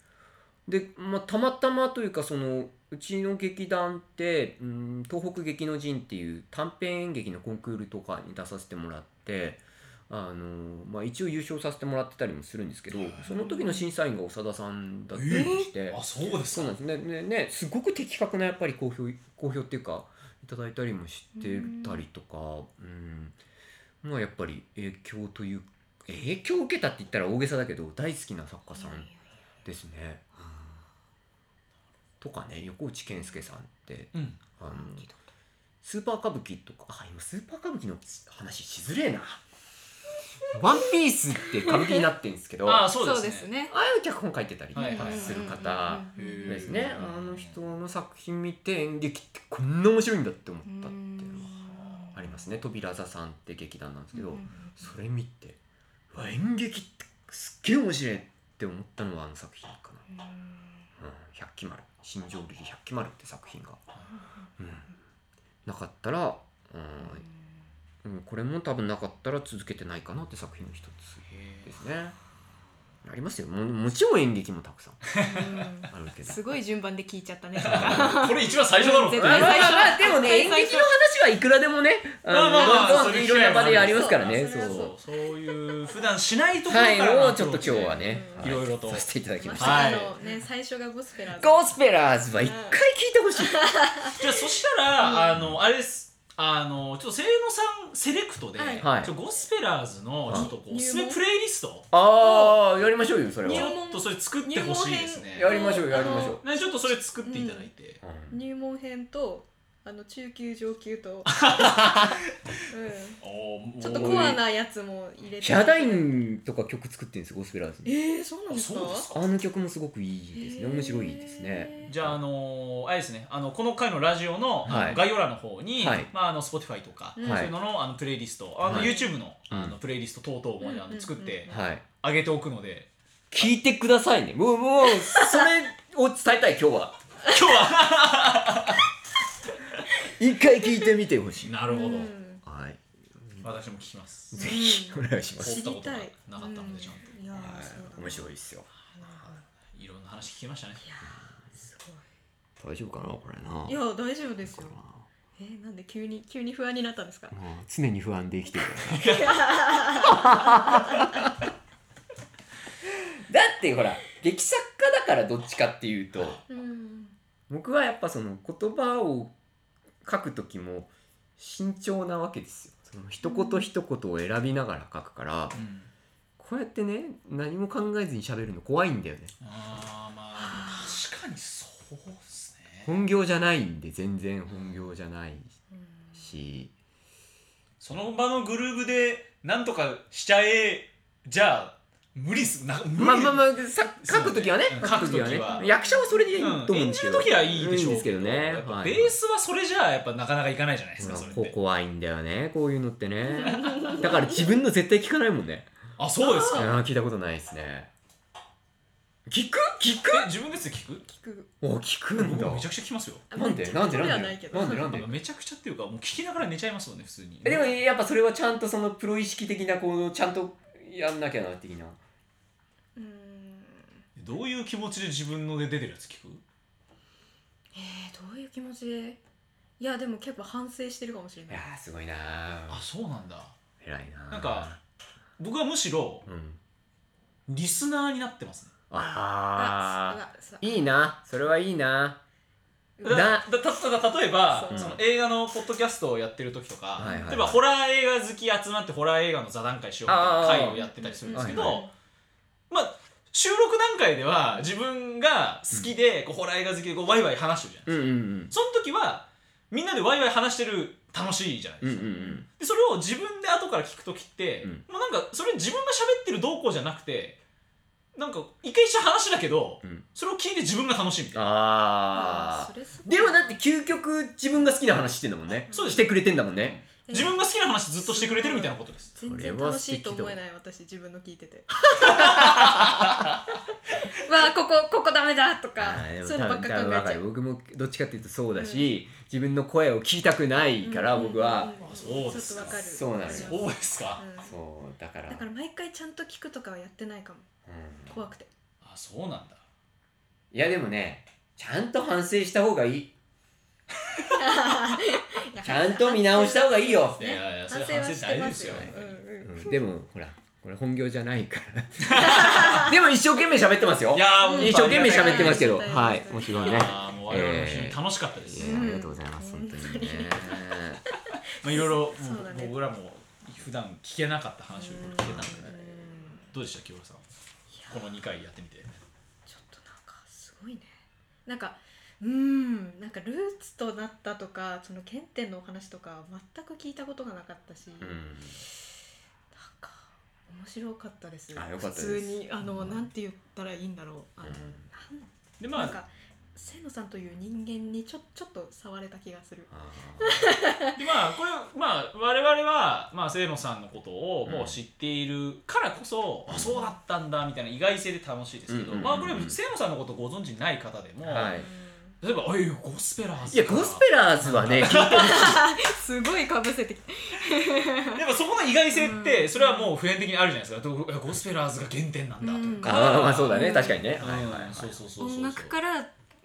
Speaker 3: で、まあ、たまたまというかそのうちの劇団ってうん東北劇の陣っていう短編演劇のコンクールとかに出させてもらってあの、まあ、一応優勝させてもらってたりもするんですけどその時の審査員が長田さんだったりして。
Speaker 2: あそうです
Speaker 3: そう
Speaker 2: か
Speaker 3: なんですねねねすごく的確なやっぱり好評好評っていうかいただいたりもしてたりとかうんまあやっぱり影響という影響を受けたって言ったら大げさだけど大好きな作家さんですね。うんとかね横内健介さんって
Speaker 2: うん
Speaker 3: あのスーパー歌舞伎とかあ今スーパー歌舞伎の話しづれ
Speaker 2: [laughs]
Speaker 3: えな。ワンピースって歌舞伎になってるんですけど
Speaker 2: あ
Speaker 3: あ
Speaker 2: あそうですね
Speaker 1: ね
Speaker 3: あいう脚本書いてたりとか
Speaker 2: はいはい
Speaker 3: する方。
Speaker 1: うんうんうんうん
Speaker 3: ですね、
Speaker 2: うん
Speaker 3: あの人の作品見て演劇ってこんな面白いんだって思ったっていうのはありますね扉座さんって劇団なんですけど、
Speaker 1: うんうん
Speaker 3: それ見てうわ演劇ってすっげえ面白いって思ったのはあの作品か
Speaker 1: うん
Speaker 3: な「うん、百鬼丸」「新庄劇百鬼丸」って作品が、うん、なかったら、うんうん、これも多分なかったら続けてないかなって作品の一つですね。ありますよももちろん演劇もたくさん
Speaker 2: [laughs]
Speaker 1: うん
Speaker 3: あるけど
Speaker 1: すごい順番で聞いちゃったね。
Speaker 2: これ一番最初だろう
Speaker 1: 絶
Speaker 3: まあ
Speaker 1: 対最
Speaker 3: まあ
Speaker 1: 初
Speaker 3: まあでもね演
Speaker 1: 絶対最
Speaker 3: 劇
Speaker 1: 初
Speaker 3: の話はいくらでもねあ
Speaker 2: まあ
Speaker 3: の
Speaker 2: まあまあ
Speaker 3: どんど
Speaker 2: そ
Speaker 3: ん
Speaker 2: れ
Speaker 3: いろんな場でありますからね
Speaker 1: そ
Speaker 3: そうう
Speaker 1: だ
Speaker 2: そうそういう普段しないところか
Speaker 3: はい
Speaker 2: ら
Speaker 3: を
Speaker 2: の
Speaker 3: ちょっと今日はね
Speaker 1: うん
Speaker 3: はい
Speaker 2: ろいろと
Speaker 3: させていただき
Speaker 1: ま
Speaker 3: まし
Speaker 1: さ
Speaker 3: た
Speaker 1: か [laughs]
Speaker 2: はい
Speaker 1: のね最初がゴスペラーズ。
Speaker 3: ゴスペラーズは一回聞いてほしい
Speaker 2: じゃあそしたら、あのあれですあのちょっと清野さんセレクトで、
Speaker 1: はい
Speaker 3: はい
Speaker 2: ちょっとゴスペラーズの
Speaker 3: はい
Speaker 2: ちょっとこうおすす
Speaker 1: 入
Speaker 2: め
Speaker 1: 門
Speaker 2: プレイリスト
Speaker 3: ああやりましょうよそれ
Speaker 2: ち
Speaker 1: 入
Speaker 2: ょ
Speaker 3: は
Speaker 1: 門
Speaker 2: っとそれ作ってほしいですね
Speaker 3: やりましょうやりましょう
Speaker 2: ねちょっとそれ作っていただいて、
Speaker 3: うん
Speaker 1: 入門編とあの中級上級
Speaker 3: [laughs]
Speaker 1: と、う、
Speaker 2: おーもうん
Speaker 1: ちょっとコアなやつも入れて
Speaker 3: ヒャダインとか曲作ってるんですゴスペラーズ
Speaker 1: えー、そうなんですか
Speaker 2: そうです
Speaker 3: あの曲もすごくいいですね面白いですね
Speaker 1: へー
Speaker 2: じゃあ、あのーあれですねあのこの回のラジオの,、
Speaker 3: はい
Speaker 2: あの概要欄の方に、
Speaker 3: はい
Speaker 2: まあ、あの Spotify とか、
Speaker 1: うん
Speaker 2: そういうののあのプレイリストあの、
Speaker 3: はい
Speaker 2: YouTube の,、あ
Speaker 3: う
Speaker 2: のプレイリスト等々も、あ
Speaker 1: うん
Speaker 2: の作って
Speaker 3: はい
Speaker 2: 上げておくの
Speaker 3: [laughs]
Speaker 2: で
Speaker 3: 聞いてくださいねもうもうそれを伝えたい今日は
Speaker 2: 今日は
Speaker 3: 一回聞いてみてほしい
Speaker 2: なるほど、
Speaker 1: うん
Speaker 3: はい
Speaker 2: 私も聞きます
Speaker 3: ぜひお願いしま
Speaker 2: う
Speaker 3: す
Speaker 1: 知りたい
Speaker 2: なかったのでちゃんと
Speaker 1: うんいやー
Speaker 3: はい
Speaker 1: そうだな
Speaker 3: 面白いですよ
Speaker 2: いろんな話聞きましたね
Speaker 1: いやーす
Speaker 3: 大丈夫かなこれな
Speaker 1: ごいいやー大丈夫ですよえー、なんで急に急に不安になったんですか
Speaker 3: まあ常に不安で生きてるからな [laughs] だってほら劇作家だからどっちかっていうと
Speaker 1: [laughs] うん
Speaker 3: 僕はやっぱその言葉を書く時も慎重なわけですよその一言一言を選びながら書くから
Speaker 2: うん
Speaker 3: こうやってね何も考えずに喋るの怖いんだよね
Speaker 2: あーまあ確かにそうですね
Speaker 3: 本業じゃないんで全然本業じゃない
Speaker 1: うん
Speaker 3: し
Speaker 2: その場のグルーブでなんとかしちゃえじゃあ無理っすな無理
Speaker 3: まあまあまあさ書く時はね
Speaker 2: そうね
Speaker 3: 書く時はね
Speaker 2: 書く時は
Speaker 3: 役者はそれでいいと
Speaker 2: うん、
Speaker 3: 思うん
Speaker 2: 演
Speaker 3: で
Speaker 2: じ
Speaker 3: すけ
Speaker 2: る
Speaker 3: ど、
Speaker 2: 時はいいでしょう
Speaker 3: ですけどね
Speaker 2: やっぱ
Speaker 3: はい
Speaker 2: ベースはそれじゃあやっぱなかなかいかないじゃないですか、それ
Speaker 3: こ
Speaker 2: って
Speaker 3: 怖いんだよねこういうのってねだから自分の絶対聞かないもんね
Speaker 2: あそうです
Speaker 3: あ
Speaker 2: か
Speaker 3: ー聞いたことないですね聞く聞く
Speaker 2: え自分です聞く
Speaker 1: 聞く
Speaker 3: お聞くん
Speaker 2: 僕
Speaker 3: だ
Speaker 2: めちゃくちゃ聞きますよ
Speaker 1: あ
Speaker 3: なんでなんで
Speaker 1: めっちゃこれ
Speaker 3: な
Speaker 1: は
Speaker 3: ん
Speaker 1: ない
Speaker 3: で
Speaker 1: けど
Speaker 3: なんでなんで
Speaker 2: なんかめちゃくちゃっていうかもう聞きながら寝ちゃいますもんね普通に
Speaker 3: えでもやっぱそれはちゃんとそのプロ意識的なこうちゃんとやんなきゃな的な
Speaker 1: うん
Speaker 2: どういう気持ちで自分ので出てるやつ聞く
Speaker 1: えー、どういう気持ちでいやでも結構反省してるかもしれ
Speaker 3: い
Speaker 1: な
Speaker 3: や
Speaker 1: い
Speaker 3: ーすごいな
Speaker 2: あ
Speaker 3: ー
Speaker 2: そうなんだ
Speaker 3: 偉いなー
Speaker 2: なんか僕はむしろ
Speaker 3: うん
Speaker 2: リスナーになってますね
Speaker 3: ああ
Speaker 1: あさ
Speaker 3: いいなそれはいいな
Speaker 2: だ
Speaker 3: な
Speaker 2: だたた例えば
Speaker 1: そう
Speaker 2: その映画のポッドキャストをやってる時とか、
Speaker 3: はいはいはい
Speaker 2: 例えばホラー映画好き集まってホラー映画の座談会しようみたいな会をやってたりするんですけど、
Speaker 3: あーは
Speaker 2: まあ収録段階では自分が好きで、こうホラー映画好きでこうワイワイ話してるじゃない、
Speaker 3: うんうんうん
Speaker 2: その時はみんなでワイワイ話してる楽しいじゃないで
Speaker 3: うんう
Speaker 2: す
Speaker 3: ん
Speaker 2: か、
Speaker 3: うん
Speaker 2: でそれを自分で後から聞く時って、
Speaker 3: うん
Speaker 2: もうなんかそれ自分が喋ってる動向じゃなくてなんか一回した話だけど、
Speaker 3: うん
Speaker 2: それを聞いて自分が楽しいみたいな
Speaker 1: あー
Speaker 3: あ
Speaker 1: それす
Speaker 3: ー
Speaker 1: ごい
Speaker 3: でもだって究極自分が好きな話してんだもんね
Speaker 2: そうです
Speaker 3: してくれてんだもんね
Speaker 2: 自分が好きな話ずっとしてくれてるみたいなことです
Speaker 1: 全然
Speaker 3: これは
Speaker 1: 楽
Speaker 3: 素
Speaker 1: しい
Speaker 3: 敵だ
Speaker 1: と
Speaker 3: わ
Speaker 1: 思えない私自分の聞いて [laughs] てわあここここダメだとか
Speaker 3: あーでも
Speaker 1: そういうのばっか考
Speaker 3: 多分
Speaker 1: え
Speaker 3: 若
Speaker 1: ち
Speaker 3: い
Speaker 1: ゃう
Speaker 3: 僕もどっちかっていうとそうだし、自分の声を聞きたくないから僕は、
Speaker 1: んんん
Speaker 2: あそうです
Speaker 1: ちょ
Speaker 2: か
Speaker 1: っとわかる
Speaker 3: そうなのよ
Speaker 2: そうですか、
Speaker 1: うん
Speaker 3: そうだから
Speaker 1: だから毎回ちゃんと聞くとかはやってないかも
Speaker 3: うん
Speaker 1: 怖くて
Speaker 2: あそうなんだ
Speaker 3: いやでもねちゃんと反省した方がいいちゃんと見直した方がいいよ
Speaker 2: い、やいやいやそ
Speaker 1: 反
Speaker 2: れ
Speaker 1: 省は
Speaker 2: 反省
Speaker 1: して
Speaker 2: 大事
Speaker 1: ま
Speaker 2: ですす
Speaker 1: よ
Speaker 2: よ
Speaker 1: うんうん
Speaker 3: うんでもほらこれ本業じゃないから
Speaker 1: [laughs]
Speaker 3: でも一生懸命喋ってますよ
Speaker 2: いやー
Speaker 1: うん
Speaker 2: もう
Speaker 3: 一生懸命喋ってますけど
Speaker 1: はい
Speaker 3: はい面白いね
Speaker 2: あーもう我々の非常に楽しかったで
Speaker 3: い
Speaker 2: す、
Speaker 3: やありがとうございます
Speaker 1: うん
Speaker 3: 本当にね
Speaker 2: まあいろいろもう
Speaker 1: そうだね
Speaker 2: 僕らも普段聞けなかった話をいろいろ聞けたんでね
Speaker 1: うん
Speaker 2: どうでした清原さんこの2回やってみて
Speaker 1: ちょっとなんかすごいねなんかうーんなんかルーツとなったとかその原点のお話とか全く聞いたことがなかったし、
Speaker 3: う
Speaker 1: なん
Speaker 3: ん
Speaker 1: か面白かったです
Speaker 3: あよかったです
Speaker 1: 普通にあの、
Speaker 3: うん
Speaker 1: なんて言ったらいいんだろうあの、
Speaker 3: うん
Speaker 2: で
Speaker 1: なん
Speaker 2: ま
Speaker 1: なん
Speaker 2: あ
Speaker 1: か清野さんという人間にちょちょっと触れた気がする、
Speaker 3: あ
Speaker 2: でまあこれまあ我々はまあ清野さんのことをもう知っているからこそ、
Speaker 3: うん
Speaker 2: あそうだったんだみたいな意外性で楽しいですけど、
Speaker 3: うん
Speaker 2: まあこれ清野さんのことをご存知ない方でも、
Speaker 3: は
Speaker 1: う
Speaker 3: い
Speaker 1: ん
Speaker 2: 例えばあいやゴスペラーズ
Speaker 3: いやゴスペラーズはね聞い
Speaker 1: [laughs]
Speaker 3: てる
Speaker 1: すごいかぶせてきた
Speaker 2: ラーやっぱそこの意外性っ
Speaker 1: う
Speaker 2: て
Speaker 1: ん
Speaker 2: それはもう普遍的にあるじゃないですかどういやゴスペラーズが原点なんだとか、
Speaker 3: ああまあそうだね
Speaker 1: うん
Speaker 3: 確かにね、
Speaker 2: うん
Speaker 3: はいはいはい
Speaker 2: そうそうそうそうそう
Speaker 1: 音楽から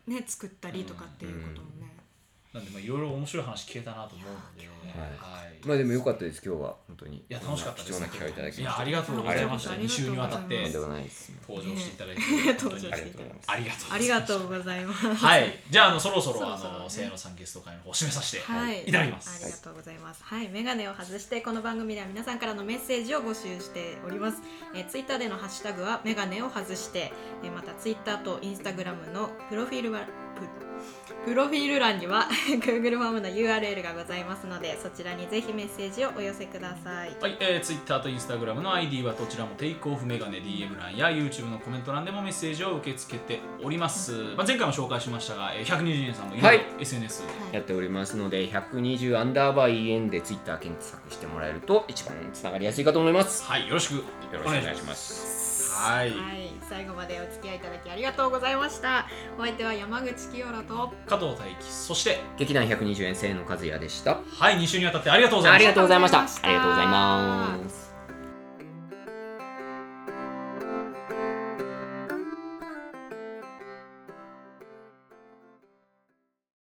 Speaker 1: ね作ったりとかっていうこともね、
Speaker 2: なんでまあいろいろ面白い話聞けたなと思うので、
Speaker 3: はい
Speaker 2: はい
Speaker 3: まあでも良かったです今日は本当にい
Speaker 2: いや楽しかったです
Speaker 3: 貴重な機会いただき
Speaker 2: いや
Speaker 3: ました
Speaker 2: ありがとうございました
Speaker 1: あり
Speaker 2: 2
Speaker 1: がとう
Speaker 2: 週にわたっ
Speaker 1: あ
Speaker 2: て
Speaker 1: りが
Speaker 3: とんでもないです
Speaker 2: 登場していただいて、
Speaker 1: ね
Speaker 2: 本当
Speaker 1: [laughs]
Speaker 2: に
Speaker 1: 登場していただい
Speaker 2: ありがとうございます
Speaker 1: ありがとうございます
Speaker 2: はいじゃああのそろそろ
Speaker 1: そろ
Speaker 2: あ
Speaker 1: そろね
Speaker 2: のせやのさんゲスト会の方を締めさせて
Speaker 1: はい、
Speaker 2: いただきます
Speaker 1: ありがとうございます。はい、メガネを外してこの番組では皆さんからのメッセージを募集しております。えー、ツイッターでのハッシュタグはメガネを外して、えーまたツイッターとインスタグラムのプロフィールはププロフィール欄には [laughs] Google フォームの URL がございますので、そちらにぜひメッセージをお寄せください。
Speaker 2: はい、えー、Twitter と Instagram の ID はどちらもテイクオフメガネ DM 欄や YouTube のコメント欄でもメッセージを受け付けております、まあ、前回も紹介しましたが、えー、120年さんもいろいろ SNS で
Speaker 1: はい
Speaker 3: やっておりますので120アンダーバー EN でツイッター検索してもらえると一番つながりやすいかと思います
Speaker 2: はい、よろしく
Speaker 3: よろ
Speaker 2: お
Speaker 3: しく
Speaker 2: 願
Speaker 3: お
Speaker 2: い
Speaker 3: 願い
Speaker 2: し
Speaker 3: し
Speaker 2: ま
Speaker 3: ますす
Speaker 2: はい
Speaker 1: はい、最後までお付き合いいただきありがとうございました。お相手は山口清良と。
Speaker 2: 加藤大輝そして
Speaker 3: 劇団120円生の和也でした
Speaker 2: はい2週にわたってありがとうございま
Speaker 3: あ
Speaker 2: し
Speaker 3: り
Speaker 2: た
Speaker 3: がとうございました
Speaker 1: あ
Speaker 3: あ
Speaker 1: りが
Speaker 3: りが
Speaker 1: とう
Speaker 3: とう
Speaker 1: ご
Speaker 3: ご
Speaker 1: ざ
Speaker 3: ざ
Speaker 1: いま
Speaker 3: いますす